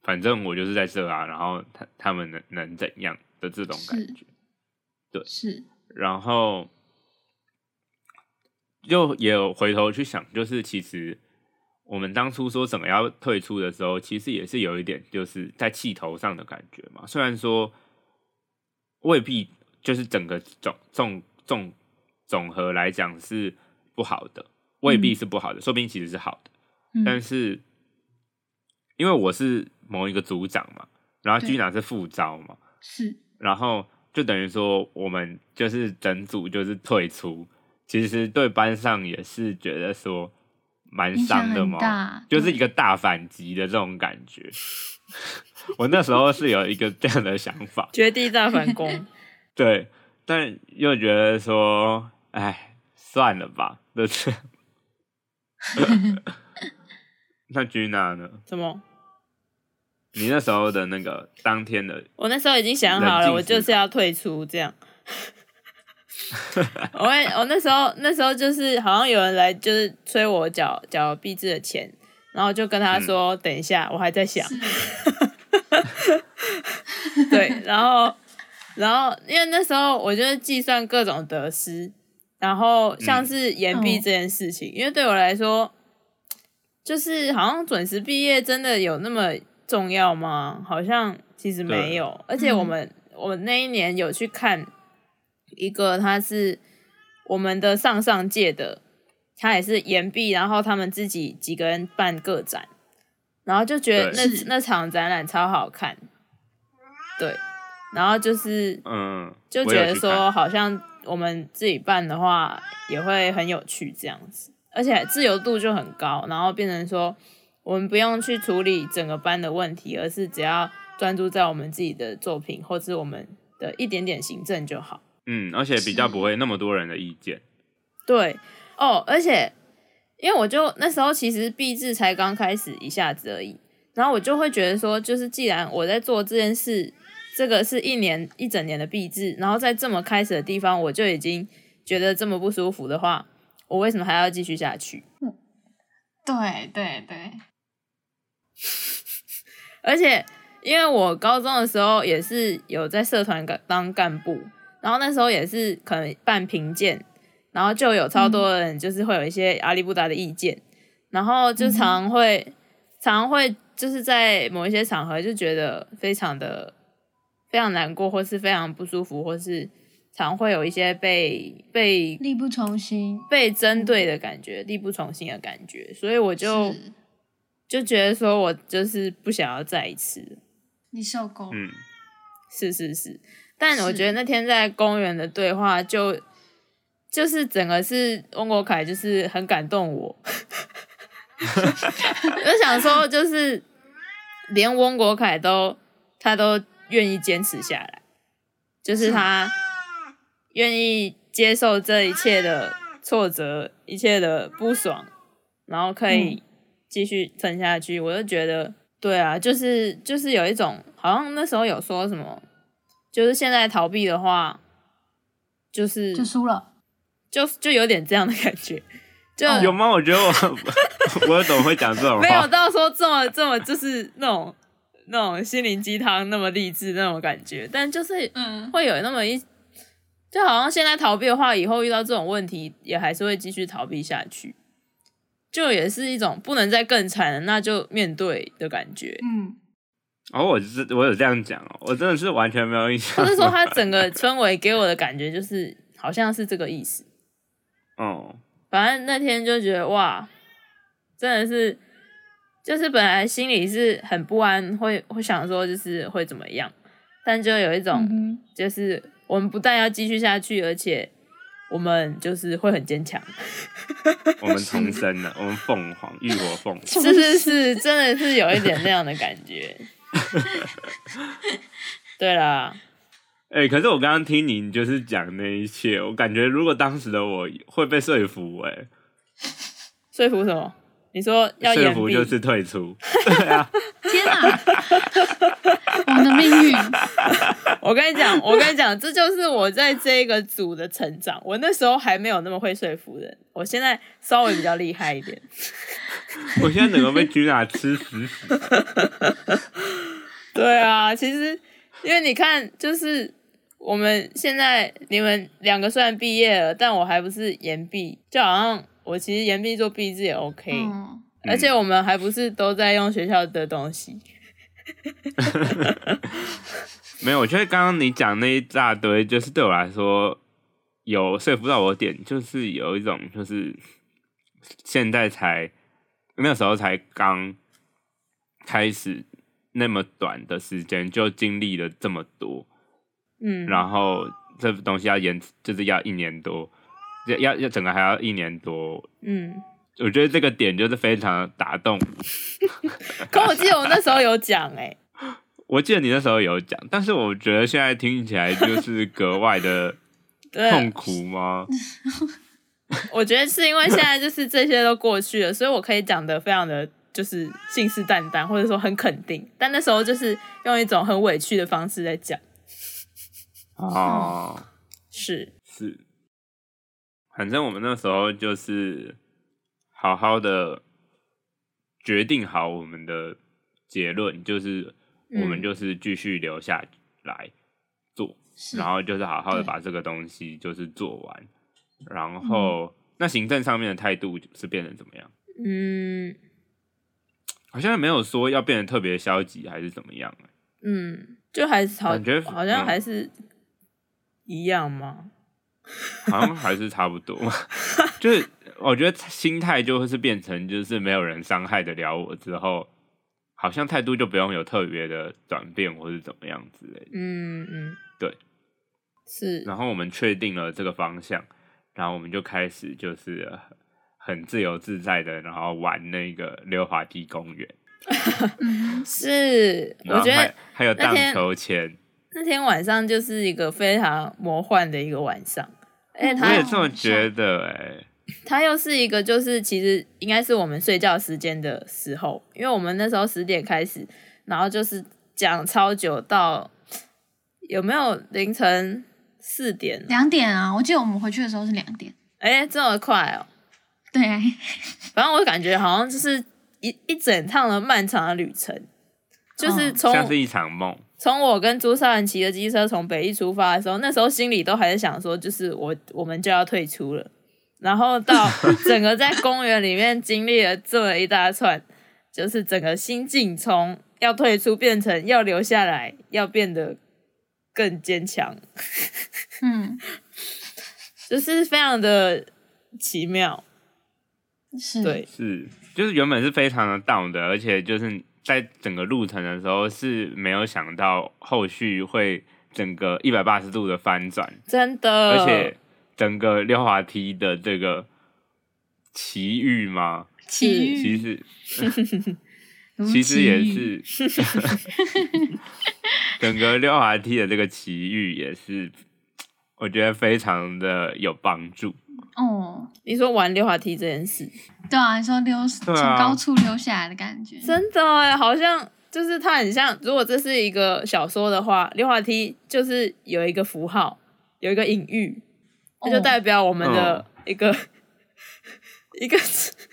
B: 反正我就是在这啊，然后他他们能能怎样的这种感
A: 是
B: 觉，
A: 是，
B: 然后又也有回头去想，就是其实我们当初说怎么要退出的时候，其实也是有一点就是在气头上的感觉嘛。虽然说未必就是整个总总总总和来讲是不好的，未必是不好的，说不定其实是好的，
A: 嗯
B: 但是因为我是某一个组长嘛，然后
A: 对
B: 居然是副招嘛，
A: 是
B: 然后就等于说我们就是整组就是退出，其实对班上也是觉得说蛮伤的
A: 影响很
B: 嘛
A: 大，嗯
B: 就是一个大反击的这种感觉。 我那时候是有一个这样的想法，
C: 绝地大 反攻，
B: 对，但又觉得说，哎，算了吧，就是。 那 Gina 呢？
C: 怎么？
B: 你那时候的那个当天的
C: 我那时候已经想好
B: 冷
C: 了，
B: 静
C: 我就是要退出这 样。我也我那时候那时候就是好像有人来就是催我缴缴币制的钱，然后就跟
B: 嗯
C: 他说、等一下，我还在想。
A: 是，
C: 对，然后，然后因为那时候我就是计算各种得失，然后像是延毕这件事情，因为对我来说，就是好像准时毕业真的有那么重要吗？好像其实没有，而且我们、我们那一年有去看一个，他是我们的上上届的，他也是延毕，然后他们自己几个人办个展。然后就觉得那
B: 对
A: 是
C: 那场展览超好看，对，然后就是
B: 嗯，
C: 就
B: 我
C: 觉
B: 有
C: 得
B: 去看
C: 说，好像我们自己办的话也会很有趣这样子，而且自由度就很高，然后变成说我们不用去处理整个班的问题，而是只要专注在我们自己的作品或是我们的一点点行政就好。
B: 嗯，而且比较
A: 是
B: 不会那么多人的意见。
C: 对哦，而且因为我就那时候其实毕制才刚开始一下子而已，然后我就会觉得说，就是既然我在做这件事，这个是一年一整年的毕制，然后在这么开始的地方我就已经觉得这么不舒服的话，我为什么还要继续下去？
A: 对对对，
C: 而且因为我高中的时候也是有在社团干当干部，然后那时候也是可能办评鉴，然后就有超多人就是会有一些阿里不达的意见，然后就常会、常会就是在某一些场合就觉得非常的非常难过，或是非常不舒服，或是常会有一些被被
A: 力不从心，
C: 被针对的感觉，力不从心的感觉，所以我就是就觉得说我就是不想要再一次了，
A: 你受够了，
B: 嗯，
C: 是是是，但我
A: 是
C: 觉得那天在公园的对话就就是整个是翁国凯就是很感动我， 我想说就是连翁国凯都他都愿意坚持下来，就是他愿意接受这一切的挫折，一切的不爽，然后可以继续撑下去，我就觉得对啊，就是就是有一种好像那时候有说什么，就是现在逃避的话，就是
A: 就输了。
C: 就就有点这样的感觉，就、
B: 有吗？我觉得我 我怎么会讲这种话？
C: 嗯没有到说这么这么就是那种那种心灵鸡汤那么励志那种感觉，但就是
D: 嗯，
C: 会有那么一，就好像现在逃避的话，以后遇到这种问题也还是会继续逃避下去，就也是一种不能再更惨了，那就面对的感觉。
D: 嗯，
B: 哦，我是我有这样讲哦，我真的是完全没有印象。
C: 或是说他整个氛围给我的感觉就是好像是这个意思。
B: 哦，
C: 反正那天就觉得哇，真的是，就是本来心里是很不安，会会想说就是会怎么样，但就有一种、
A: 嗯哼，
C: 就是我们不但要继续下去，而且我们就是会很坚强。
B: 我们重生 了，我们凤凰浴火凤凰。
C: 是是是，真的是有一点那样的感 觉。对啦，
B: 哎、可是我刚刚听你就是讲那一切，我感觉如果当时的我会被说服、欸，
C: 说服什么？你说要
B: 哎，说
C: 掩
B: 服
C: 蔽，
B: 就是退出。
D: 天哪，
A: 我们的命运，
C: 我跟你讲， 我跟你讲，这就是我在这个组的成长。我那时候还没有那么会说服人，我现在稍微比较厉害一点。
B: 我现在整个被居娜吃死死。
C: 对啊，其实因为你看，就是我们现在你们两个虽然毕业了，但我还不是延毕，就好像我其实延毕做毕制也 OK，、
D: 嗯，
C: 而且我们还不是都在用学校的东西。
B: 没有，我觉得刚刚你讲那一大堆，就是对我来说有说服到我的点，就是有一种就是现在才那时候才刚开始那么短的时间就经历了这么多，
C: 嗯，
B: 然后这东西要延就是要一年多，要要要整个还要一年多。
C: 嗯，
B: 我觉得这个点就是非常打动我。
C: 可我记得我那时候有讲哎、
B: 我记得你那时候有讲，但是我觉得现在听起来就是格外的痛
C: 对，
B: 苦吗？
C: 我觉得是因为现在就是这些都过去了，所以我可以讲的非常的就是信誓旦旦，或者说很肯定。但那时候就是用一种很委屈的方式在讲，
B: 哦，
C: 是，
B: 是，反正我们那时候就是好好的决定好我们的结论，就是我们
C: 嗯
B: 就是继续留下来做，
A: 是
B: 然后就是好好的
A: 对
B: 把这个东西就是做完，然后、那行政上面的态度是变成怎么样？
C: 嗯
B: 好像没有说要变得特别消极还是怎么样、
C: 嗯，就还是好
B: 感觉，
C: 好像
B: 嗯
C: 还是一样嘛。
B: 好像还是差不多， 就是我觉得心态就会是变成就是没有人伤害得了我之后，好像态度就不用有特别的转变或是怎么样之类的。
C: 嗯嗯，
B: 对，
C: 是，
B: 然后我们确定了这个方向，然后我们就开始就是呃很自由自在的，然后玩那个溜滑梯公园，
D: 嗯，
C: 是，我
B: 然后
C: 觉
B: 还
C: 得
B: 还有
C: 那
B: 荡
C: 天
B: 秋千，
C: 那天晚上就是一个非常魔幻的一个晚上，哎而且
B: 我
C: 它
B: 也这么觉得哎、
C: 它又是一个就是其实应该是我们睡觉时间的时候，因为我们那时候十点开始，然后就是讲超久到有没有凌晨四点？
A: 两点啊！我记得我们回去的时候是两点，
C: 哎、这么快哦、
A: 对 啊，
C: 反正我感觉好像就是一一整趟的漫长的旅程，就是
A: 嗯
C: 从
B: 像是一场梦。
C: 从我跟朱少仁骑着机车从北一出发的时候，那时候心里都还在想说，就是我我们就要退出了。然后 到整个在公园里面经历了这么一大串，就是整个心境从要退出变成要留下来，要变得更坚强，
A: 嗯，
C: 就是非常的奇妙。
A: 是，
C: 对，
B: 是，就是原本是非常的 down 的，而且就是在整个路程的时候是没有想到后续会整个一百八十度的翻转，
C: 真的，
B: 而且整个溜滑梯的这个奇遇嘛，
A: 奇遇
B: 其实
A: 如
B: 其实也
A: 奇遇，
B: 是整个溜滑梯的这个奇遇也是，我觉得非常的有帮助。
A: 哦，
C: 你说玩溜滑梯这件事，
A: 对啊，你说溜从
B: 对啊
A: 高处溜下来的感觉，
C: 真的哎，好像就是它很像，如果这是一个小说的话，溜滑梯就是有一个符号，有一个隐喻，它就
A: 哦
C: 代表我们的一个、 一个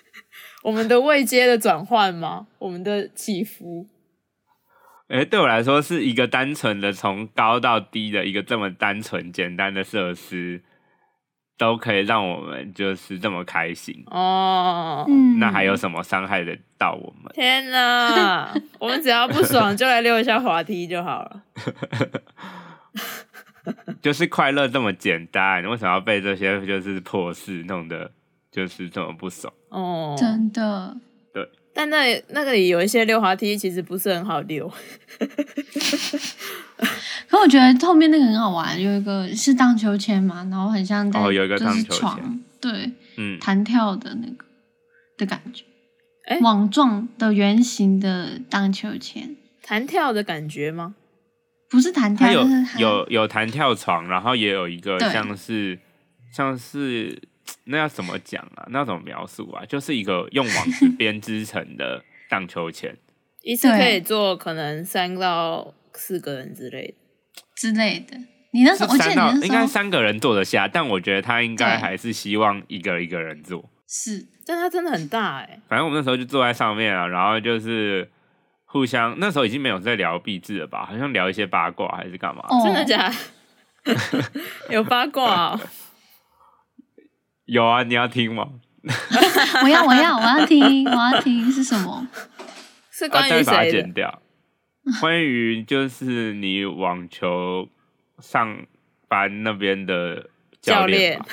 C: 我们的位阶的转换嘛，我们的起伏。
B: 诶，对我来说是一个单纯的从高到低的一个这么单纯简单的设施，都可以让我们就是这么开心。
C: 哦，
A: 嗯，
B: 那还有什么伤害得到我们？
C: 天 哪！我们只要不爽就来溜一下滑梯就好了。
B: 就是快乐这么简单，为什么要被这些就是破事弄得就是这么不爽？
C: 哦，
A: 真的，
C: 但那里那个里有一些溜滑梯其实不是很好溜。
A: 可我觉得后面那个很好玩，有一个是荡秋千嘛，然后很像在
B: 哦有一个
A: 就
B: 荡
A: 是
B: 秋千
A: 床，对，
B: 嗯，
A: 弹跳的那个的感觉，
C: 哎
A: 网状的圆形的荡秋千，
C: 弹跳的感觉吗？
A: 不是弹跳，
B: 它有
A: 就是它
B: 有有弹跳床，然后也有一个
A: 对
B: 像是像是那要怎么讲啊？那要怎么描述啊？就是一个用网子 编织成的荡秋千。
C: 一次可
A: 对
C: 以做可能三到四个人之类的。
A: 之类的。你那时
B: 是
C: 哦
A: 候，我记得
B: 三到
A: 你那
B: 应该
A: 时候
B: 三个人坐得下，但我觉得他应该
A: 对
B: 还是希望一个一个人坐。
A: 是
C: 但它真的很大哎、欸，
B: 反正我们那时候就坐在上面啊，然后就是互相那时候已经没有在聊币制了吧？好像聊一些八卦还是干嘛？
A: 哦，
C: 真的假的？ 有八卦、哦，
B: 有啊，你要听吗？
A: 我要我要我要听我要听是什么？
C: 是
B: 啊
C: 关
B: 但
C: 于
B: 是把它
C: 谁
B: 剪
C: 的？
B: 掉。关于就是你网球上班那边的
C: 教
B: 练
C: 练
B: 吧，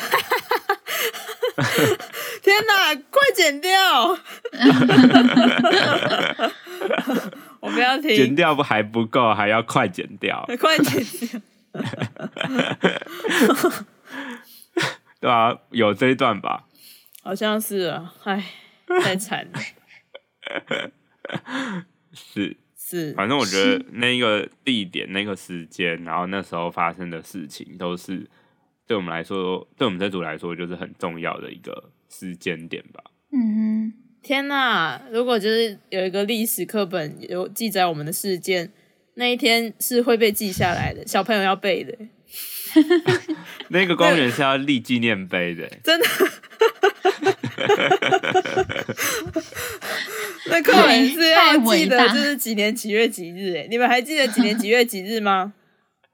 C: 天哪，快剪掉！ 我不要
B: 剪
C: 听，
B: 掉不还不够，还要快剪掉，
C: 快剪掉！
B: 对啊？有这一段吧？
C: 好像是啊，唉，太惨了。
B: 是。
C: 是，
B: 反正我觉得那个地点、那个时间，然后那时候发生的事情，都是对我们来说，对我们这组来说，就是很重要的一个时间点吧。
A: 嗯哼，
C: 天呐！如果就是有一个历史课本有记载我们的事件，那一天是会被记下来的，小朋友要背的。
B: 那个公园是要立纪念碑的、
C: 真的。 那课
A: 太
C: 文是要
A: 太
C: 记
A: 伟
C: 得
A: 大
C: 就是几年几月几日、哎，你们还记得几年几月几日吗？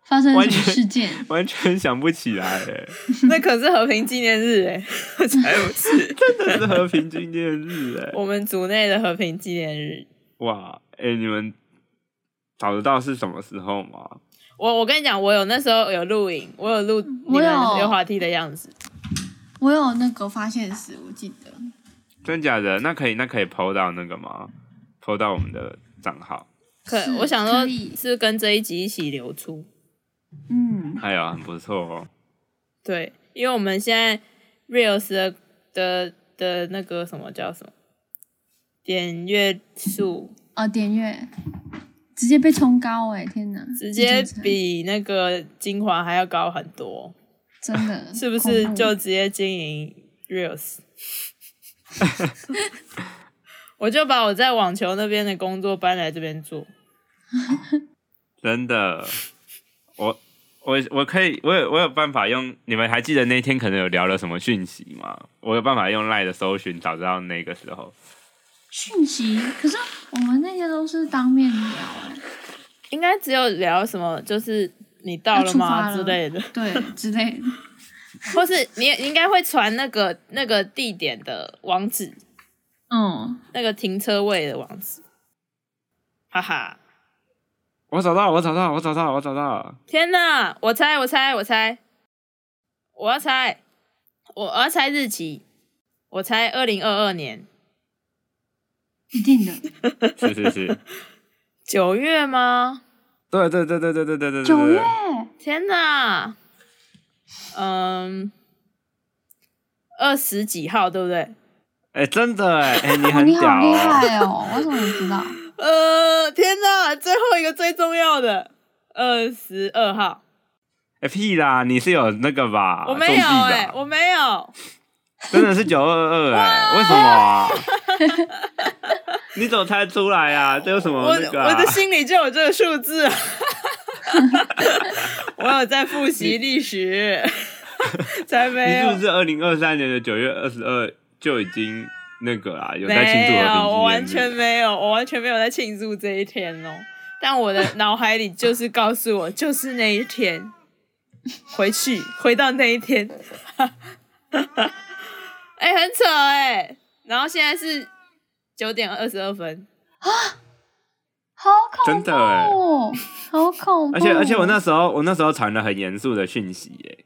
A: 发生了
B: 完
A: 什么
B: 全
A: 事件？
B: 完全想不起来、欸，
C: 那可是和平纪念日、哎，我才不是。
B: 真的是和平纪念日、 欸，
C: 我们组内的和平纪念日，
B: 哇，哎、你们找得到是什么时候吗？
C: 我我跟你讲，我有那时候有录影，我有录你们
A: 我有
C: 溜滑梯的样子，
A: 我有那个发现时，我记得
B: 真假的？那可以，那可以 PO 到那个吗？PO 到我们的账号，
C: 可
A: 是
C: 我想说
A: 可以
C: 是跟这一集一起流出。
A: 嗯，
B: 哎呀，很不错哦。
C: 对，因为我们现在 reels 的的的那个什么叫什么点阅数，
A: 哦，点阅直接被冲高哎、天哪，
C: 直接
A: 一九成
C: 比那个精华还要高很多，
A: 真的
C: 是不是
A: 恐怖
C: 就直接经营 reels？我就把我在网球那边的工作搬来这边做，
B: 真的，我我我可以，我有我有办法用。你们还记得那天可能有聊了什么讯息吗？我有办法用赖的搜寻找到那个时候。
A: 讯息，可是我们那些都是当面聊哎、
C: 应该只有聊什么，就是你到
A: 要
C: 了吗
A: 出发了
C: 之类的，
A: 对之类的。
C: 或是你也应该会传那个那个地点的网址，
A: 嗯，
C: 那个停车位的网址。哈哈，
B: 我找到，我找到，我找到，我找到。
C: 天哪！我猜，我猜，我猜，我要猜，我我要猜日期，我猜二零二二年
D: 一定的，
B: 是是是，
C: 九月吗？
B: 对对对对对对对对对。
A: 九月，
C: 天哪！嗯，二十几号对不对？
B: 哎、真的哎、哎、你
A: 哦，
B: 很
A: 你
B: 屌、
A: 好厉
B: 哦。
A: 害哦！我怎么知 道？
C: 呃，天哪！最后一个最重要的二十二号，
B: 哎、屁啦，你是有那个吧？
C: 我没有哎、
B: 哎、
C: 我没有，
B: 真的是九二二哎，为什么 啊、你怎么猜出来啊？这有什么
C: 我
B: 那
C: 的
B: 个、啊？
C: 我的心里就有这个数字。啊 我有在复习历史，才没
B: 你是
C: 有
B: 不。是二零二三年的九月二十二就已经那个啦？有在庆祝
C: 没
B: 和平纪念
C: 有，
B: 日
C: 我完全没有，我完全没有在庆祝这一天哦。但我的脑海里就是告诉我，就是那一天，回去，回到那一天。 哎、很扯哎、然后现在是九点二十二分，
A: 好恐
B: 真
A: 怖哦
B: 的哎，
A: 好恐怖！哦
B: 而且而且我那时候我那时候传了很严肃的讯息耶，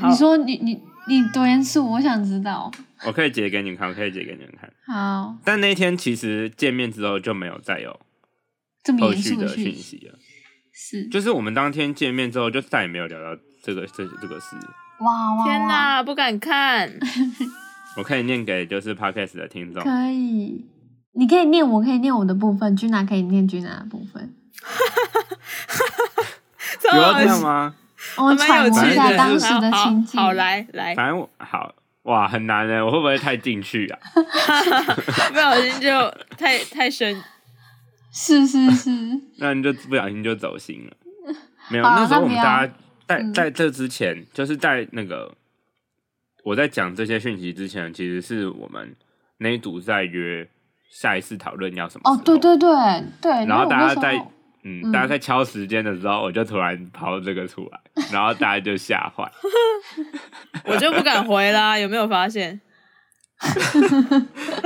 C: 好
A: 你说你你你多严肃，我想知道。
B: 我可以截给你们看，我可以截给你们看。
A: 好，
B: 但那天其实见面之后就没有再有
A: 这么
B: 后
A: 严
B: 续
A: 肃
B: 的
A: 讯
B: 讯
A: 息
B: 息了，
A: 是
B: 就是我们当天见面之后就再也没有聊到这个这这个事。
A: 哇哇
C: 天
A: 哇！
C: 哪，不敢看。
B: 我可以念给就是 podcast 的听众，
A: 可以，你可以念，我可以念我的部分，君娜可以念君娜的部分。
C: 超
B: 有要
C: 好
B: 这样
C: 笑
B: 吗？
A: 我们
C: 蛮
A: 哦揣
C: 有
A: 摩一
C: 趣
B: 反
A: 下
B: 正
C: 的。
A: 当时的情景。
C: 好，好，来来，
B: 反正我好哇，很难呢，我会不会太进去啊？
C: 不小心就太太深。
A: 是是是，
B: 那你就不小心就走心了。没有，
A: 好
B: 那时候我们
A: 那不要
B: 大家在
A: 嗯
B: 在这之前，就是在那个我在讲这些讯息之前，其实是我们那一组在约下一次讨论要什么
A: 哦
B: 时，候
A: 对，对对对，
B: 然后
A: 因为我
B: 大
A: 那
B: 家
A: 时候
B: 在嗯，
A: 嗯
B: 大家在敲时间的时候，我就突然抛这个出来，然后大家就吓坏。
C: 我就不敢回啦，有没有发现？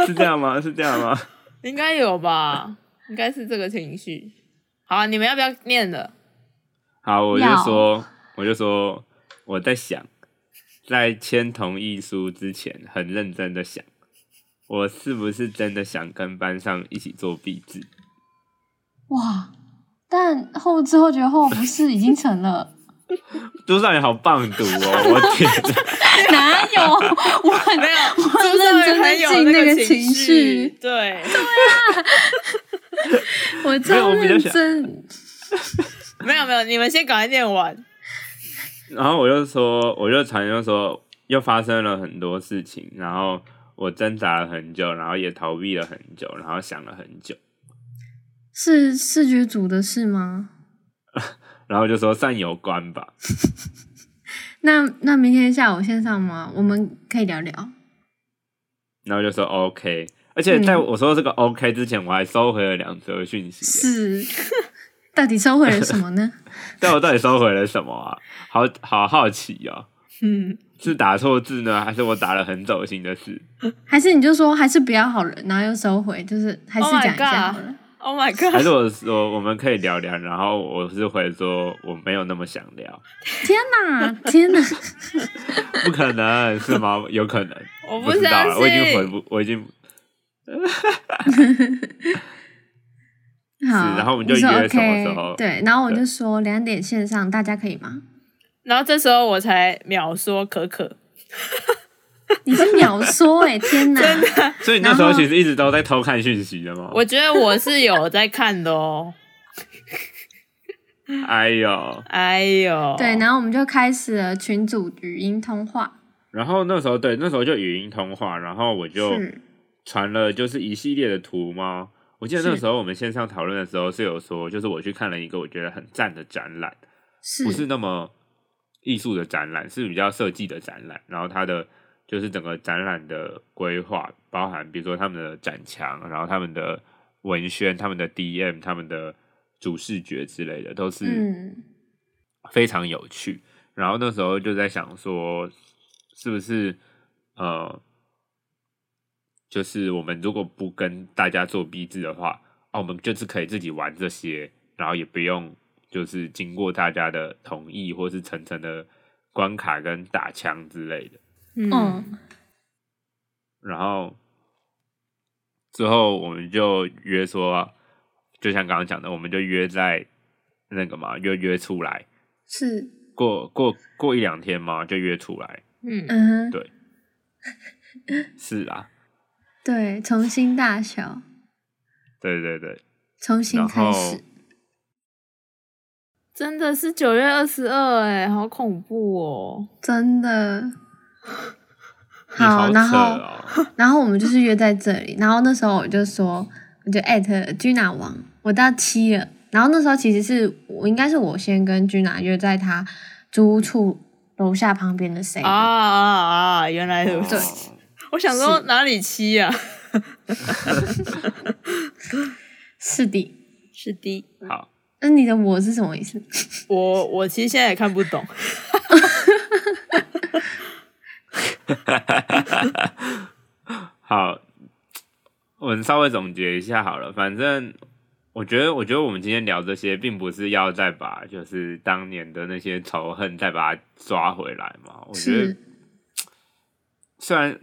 B: 是这样吗？是这样吗？
C: 应该有吧，应该是这个情绪。好、你们要不要念了？
B: 好，我就
A: 要
B: 说，我就说，我在想，在签同意书之前，很认真的想，我是不是真的想跟班上一起做壁纸？
A: 哇，但后知后觉后不是已经成了？
B: 朱少爷好棒读哦！我天哪，
A: 哪有？我很
C: 没有，
A: 很认真地
C: 有
A: 进那
C: 个
A: 个情
C: 绪
A: 绪。
C: 对，
A: 我
B: 没有
A: 超
B: 我比较
A: 认
B: 想
A: 真。
C: 没有没有，你们先赶快念 完。
B: 然后我就说，我就传就说，又发生了很多事情，然后我挣扎了很久，然后也逃避了很久，然后想了很久，
A: 是视觉组的事吗？
B: 然后就说算有关吧。
A: 那那明天下午线上吗？我们可以聊聊。
B: 然后就说 OK，而且在
A: 嗯
B: 我说这个 OK 之前，我还收回了两则讯息耶。
A: 是，到底收回了什么呢？
B: 但我到底收回了什么啊？好好好奇哦，
C: 嗯，
B: 是打错字呢，还是我打了很走心的 字？
A: 还是你就说还是不要好了，然后又收回，就是还是
C: Oh my
A: 讲一下
C: God
A: 好了。
C: Oh my
B: 还
C: god！
B: 是我说我们可以聊聊？然后我是回说我没有那么想聊，
A: 天哪，天 哪！
B: 不可能是吗？有可能，
C: 我
B: 不
C: 不
B: 知道
C: 相
B: 了，我已经回
C: 信。
B: 不，我已经
A: 好，
B: 然后我们就
A: 说
B: 约什么
A: OK，
B: 时候
A: 对，然后我就说两点线上，大家可以吗？
C: 然后这时候我才秒说可可，
A: 你是秒说 哎、天哪！
B: 所以你那时候其实一直都在偷看讯息的吗？
C: 我觉得我是有在看的哦。
B: 哎呦，
C: 哎呦，
A: 对，然后我们就开始了群组语音通话。
B: 然后那时候对，那时候就语音通话，然后我就是传了就是一系列的图吗？我记得那
A: 是
B: 时候我们线上讨论的时候是有说，就是我去看了一个我觉得很赞的展览，
D: 是
B: 不是那么艺术的展览，是比较设计的展览。然后它的就是整个展览的规划，包含比如说他们的展墙，然后他们的文宣、他们的 DM、他们的主视觉之类的，都是
A: 嗯，
B: 非常有趣。然后那时候就在想说，是不是呃，就是我们如果不跟大家做逼制的话，啊，我们就是可以自己玩这些，然后也不用就是经过大家的同意或是层层的关卡跟打枪之类的。
A: 嗯，
B: 然后之后我们就约说，就像刚刚讲的，我们就约在那个嘛，约约出来，
A: 是，
B: 过过过一两天嘛，就约出来。
C: 嗯，
A: 嗯哼，
B: 对是啊，
A: 对，重新大小，
B: 对对对，
A: 重新
B: 然
A: 开
B: 后
A: 始，
C: 真的是九月二十二，哎，好恐怖哦！
A: 真的。
B: 你好
A: 好，然
B: 扯
A: 后
B: 哦，
A: 然后我们就是约在这里，然后那时候我就说，我就艾特居娜王，我到七了。然后那时候其实是我应该是我先跟居娜约在他租屋处楼下旁边的 C，、
C: 啊啊啊！原来如此，
B: 哦
C: 我想说哪里七啊呀？
A: 是的。
C: 是的，
B: 好，
A: 那你的我是什么意思？
C: 我我其实现在也看不懂，
B: 好，我们稍微总结一下好了。反正我觉得，我觉得我们今天聊这些，并不是要再把就是当年的那些仇恨再把它抓回来嘛。我觉得
A: 是
B: 虽然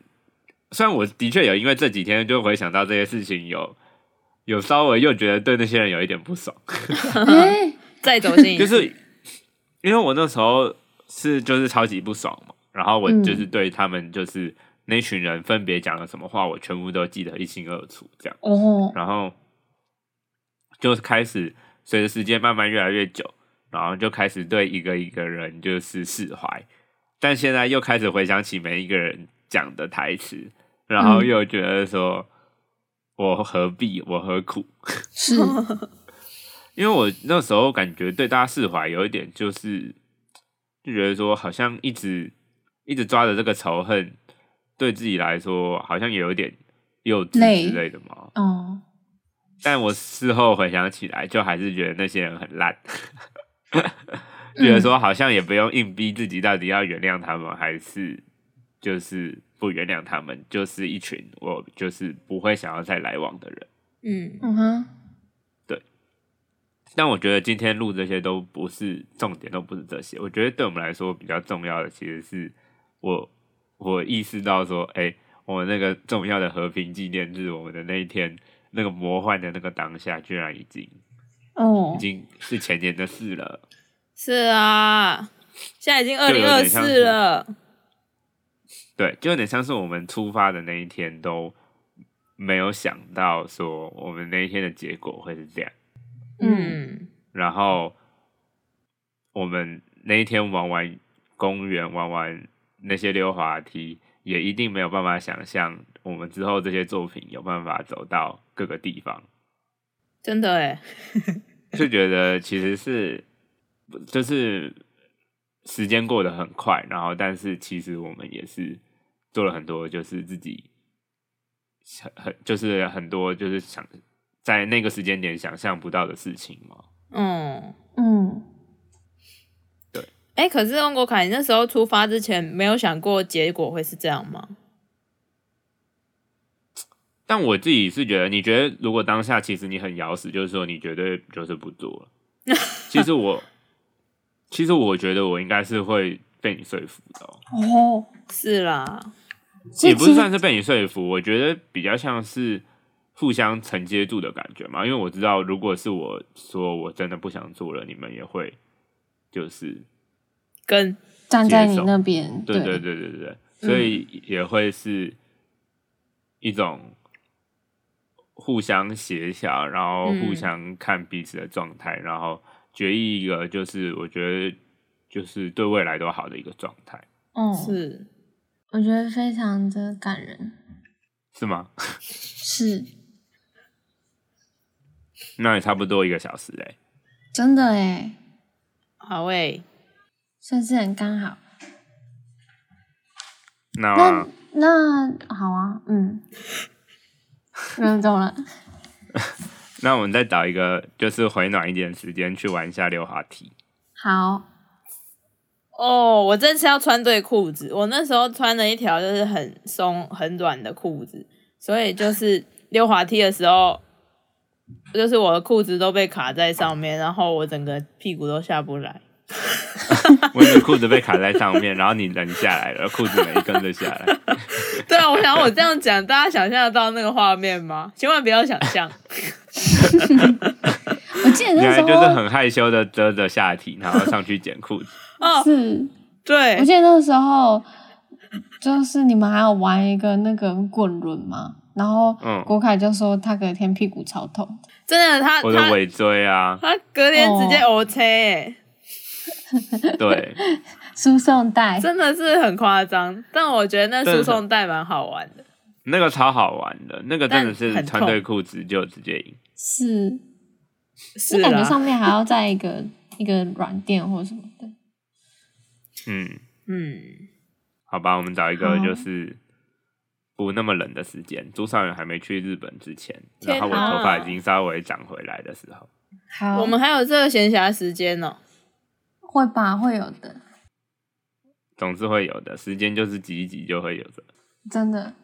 B: 虽然我的确有因为这几天就回想到这些事情有。有稍微又觉得对那些人有一点不爽，
A: 哎、
C: 再走 进一
B: 就
C: 次
B: 是因为我那时候是就是超级不爽嘛，然后我
A: 嗯
B: 就是对他们就是那群人分别讲了什么话，我全部都记得一清二楚，这样。
A: 哦，
B: 然后就开始随着时间慢慢越来越久，然后就开始对一个一个人就是释怀，但现在又开始回想起每一个人讲的台词，然后
A: 嗯
B: 又觉得说，我何必，我何苦？
A: 是
B: 因为我那时候感觉对大家释怀有一点就是，就觉得说好像一直一直抓着这个仇恨，对自己来说好像也有点幼稚
A: 累
B: 之类的嘛。
A: 哦，
B: 但我事后回想起来，就还是觉得那些人很烂， 觉得说好像也不用硬逼自己，到底要原谅他们还是就是不原谅他们，就是一群我就是不会想要再来往的人。
C: 嗯
A: 嗯哼，
B: 但我觉得今天录这些都不是重点，都不是这些。我觉得对我们来说比较重要的，其实是我我意识到说，哎、我们那个重要的和平纪念日，我们的那一天，那个魔幻的那个当下，居然已经
A: 哦
B: 已，经是前年的事了。
C: 是啊，现在已经二
B: 就有
C: 零二
B: 点像是
C: 四了，
B: 对，就有点像是我们出发的那一天都没有想到说，我们那一天的结果会是这样。
A: 嗯，
C: 嗯
B: 然后我们那一天玩完公园，玩完那些溜滑梯，也一定没有办法想象我们之后这些作品有办法走到各个地方，
C: 真的哎，
B: 就觉得其实是就是时间过得很快，然后但是其实我们也是做了很多，就是自己很很就是很多就是想在那个时间点想象不到的事情嘛。
C: 嗯，
A: 嗯，
C: 哎，可是翁国凯，你那时候出发之前没有想过结果会是这样吗？
B: 但我自己是觉得，你觉得如果当下其实你很咬死，就是说你绝对就是不做 了。其实我，其实我觉得我应该是会被你说服的、哦，
A: 哦，
C: 是啦，
A: 所以
B: 也不
A: 其
B: 是
A: 实
B: 算是被你说服，我觉得比较像是互相承接住的感觉嘛。因为我知道，如果是我说我真的不想做了，你们也会就是
C: 跟
A: 站在
B: 接
A: 你
B: 受
A: 那边，
B: 对对对对对对，所以也会是一种互相协调，然后互
C: 嗯
B: 相看彼此的状态，然后决议一个就是我觉得就是对未来都好的一个状态，
A: 嗯，
C: 是
A: 我觉得非常的感人，
B: 是吗？
A: 是
B: 那也差不多一个小时嘞、欸
A: 真的哎，
C: 好诶、
A: 算是很刚好。
B: 那
A: 那那好啊， 嗯，嗯，走了。
B: 那我们再找一个就是回暖一点的时间去玩一下溜滑梯。
A: 好，
C: 哦，我这次要穿对裤子。我那时候穿了一条就是很松、很软的裤子，所以就是溜滑梯的时候，就是我的裤子都被卡在上面，然后我整个屁股都下不来。
B: 我的裤子被卡在上面，然后你人下来了，裤子没跟着下来。
C: 对啊，我想我这样讲，大家想象得到那个画面吗？千万不要想象。
A: 我记得
B: 原
A: 那时
B: 来
A: 候
B: 就是很害羞的遮着下体，然后上去捡裤子。
C: 哦，
A: 是
C: 对
A: 我，记得那时候就是你们还有玩一个那个滚轮嘛，然后
B: 嗯
A: 郭凯就说他隔天屁股超痛，
C: 真的， 他
B: 我的
C: 他
B: 尾椎 啊，
C: 他隔天直接
A: 哦
C: O 车、欸，
B: 对，
A: 输送带
C: 真的是很夸张。但我觉得那
B: 真的
C: 输送带蛮好玩的。
B: 那个超好玩的，那个真的
C: 但
B: 是
C: 很
B: 穿
C: 痛
B: 对裤子就直接赢。
A: 是，
C: 是啊
A: 就感觉
C: 啦，
A: 上面还要再一个 一个软垫或什么的。
B: 嗯，
C: 嗯，
B: 好吧，我们找一
C: 哦
B: 个
A: 好
B: 就是不那么冷的时间，朱少远还没去日本之前，
C: 天
B: 然后我
C: 啊
B: 头发已经稍微长回来的时候，
A: 好，
C: 我们还有这个闲暇时间哦、
A: 会吧，会有的，
B: 总是会有的，时间就是挤一挤就会有的。
A: 真的。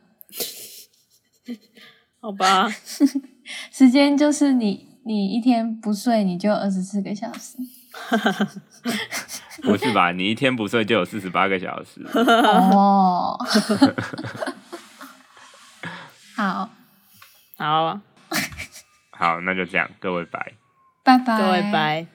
C: 好吧，
A: 时间就是你，你一天不睡，你就二十四个小时。
B: 不是吧？你一天不睡就有四十八个小 时，
A: 哦， 好，
C: 好，
B: 好，那就这样，各位拜。
A: 拜拜，
C: 各位拜。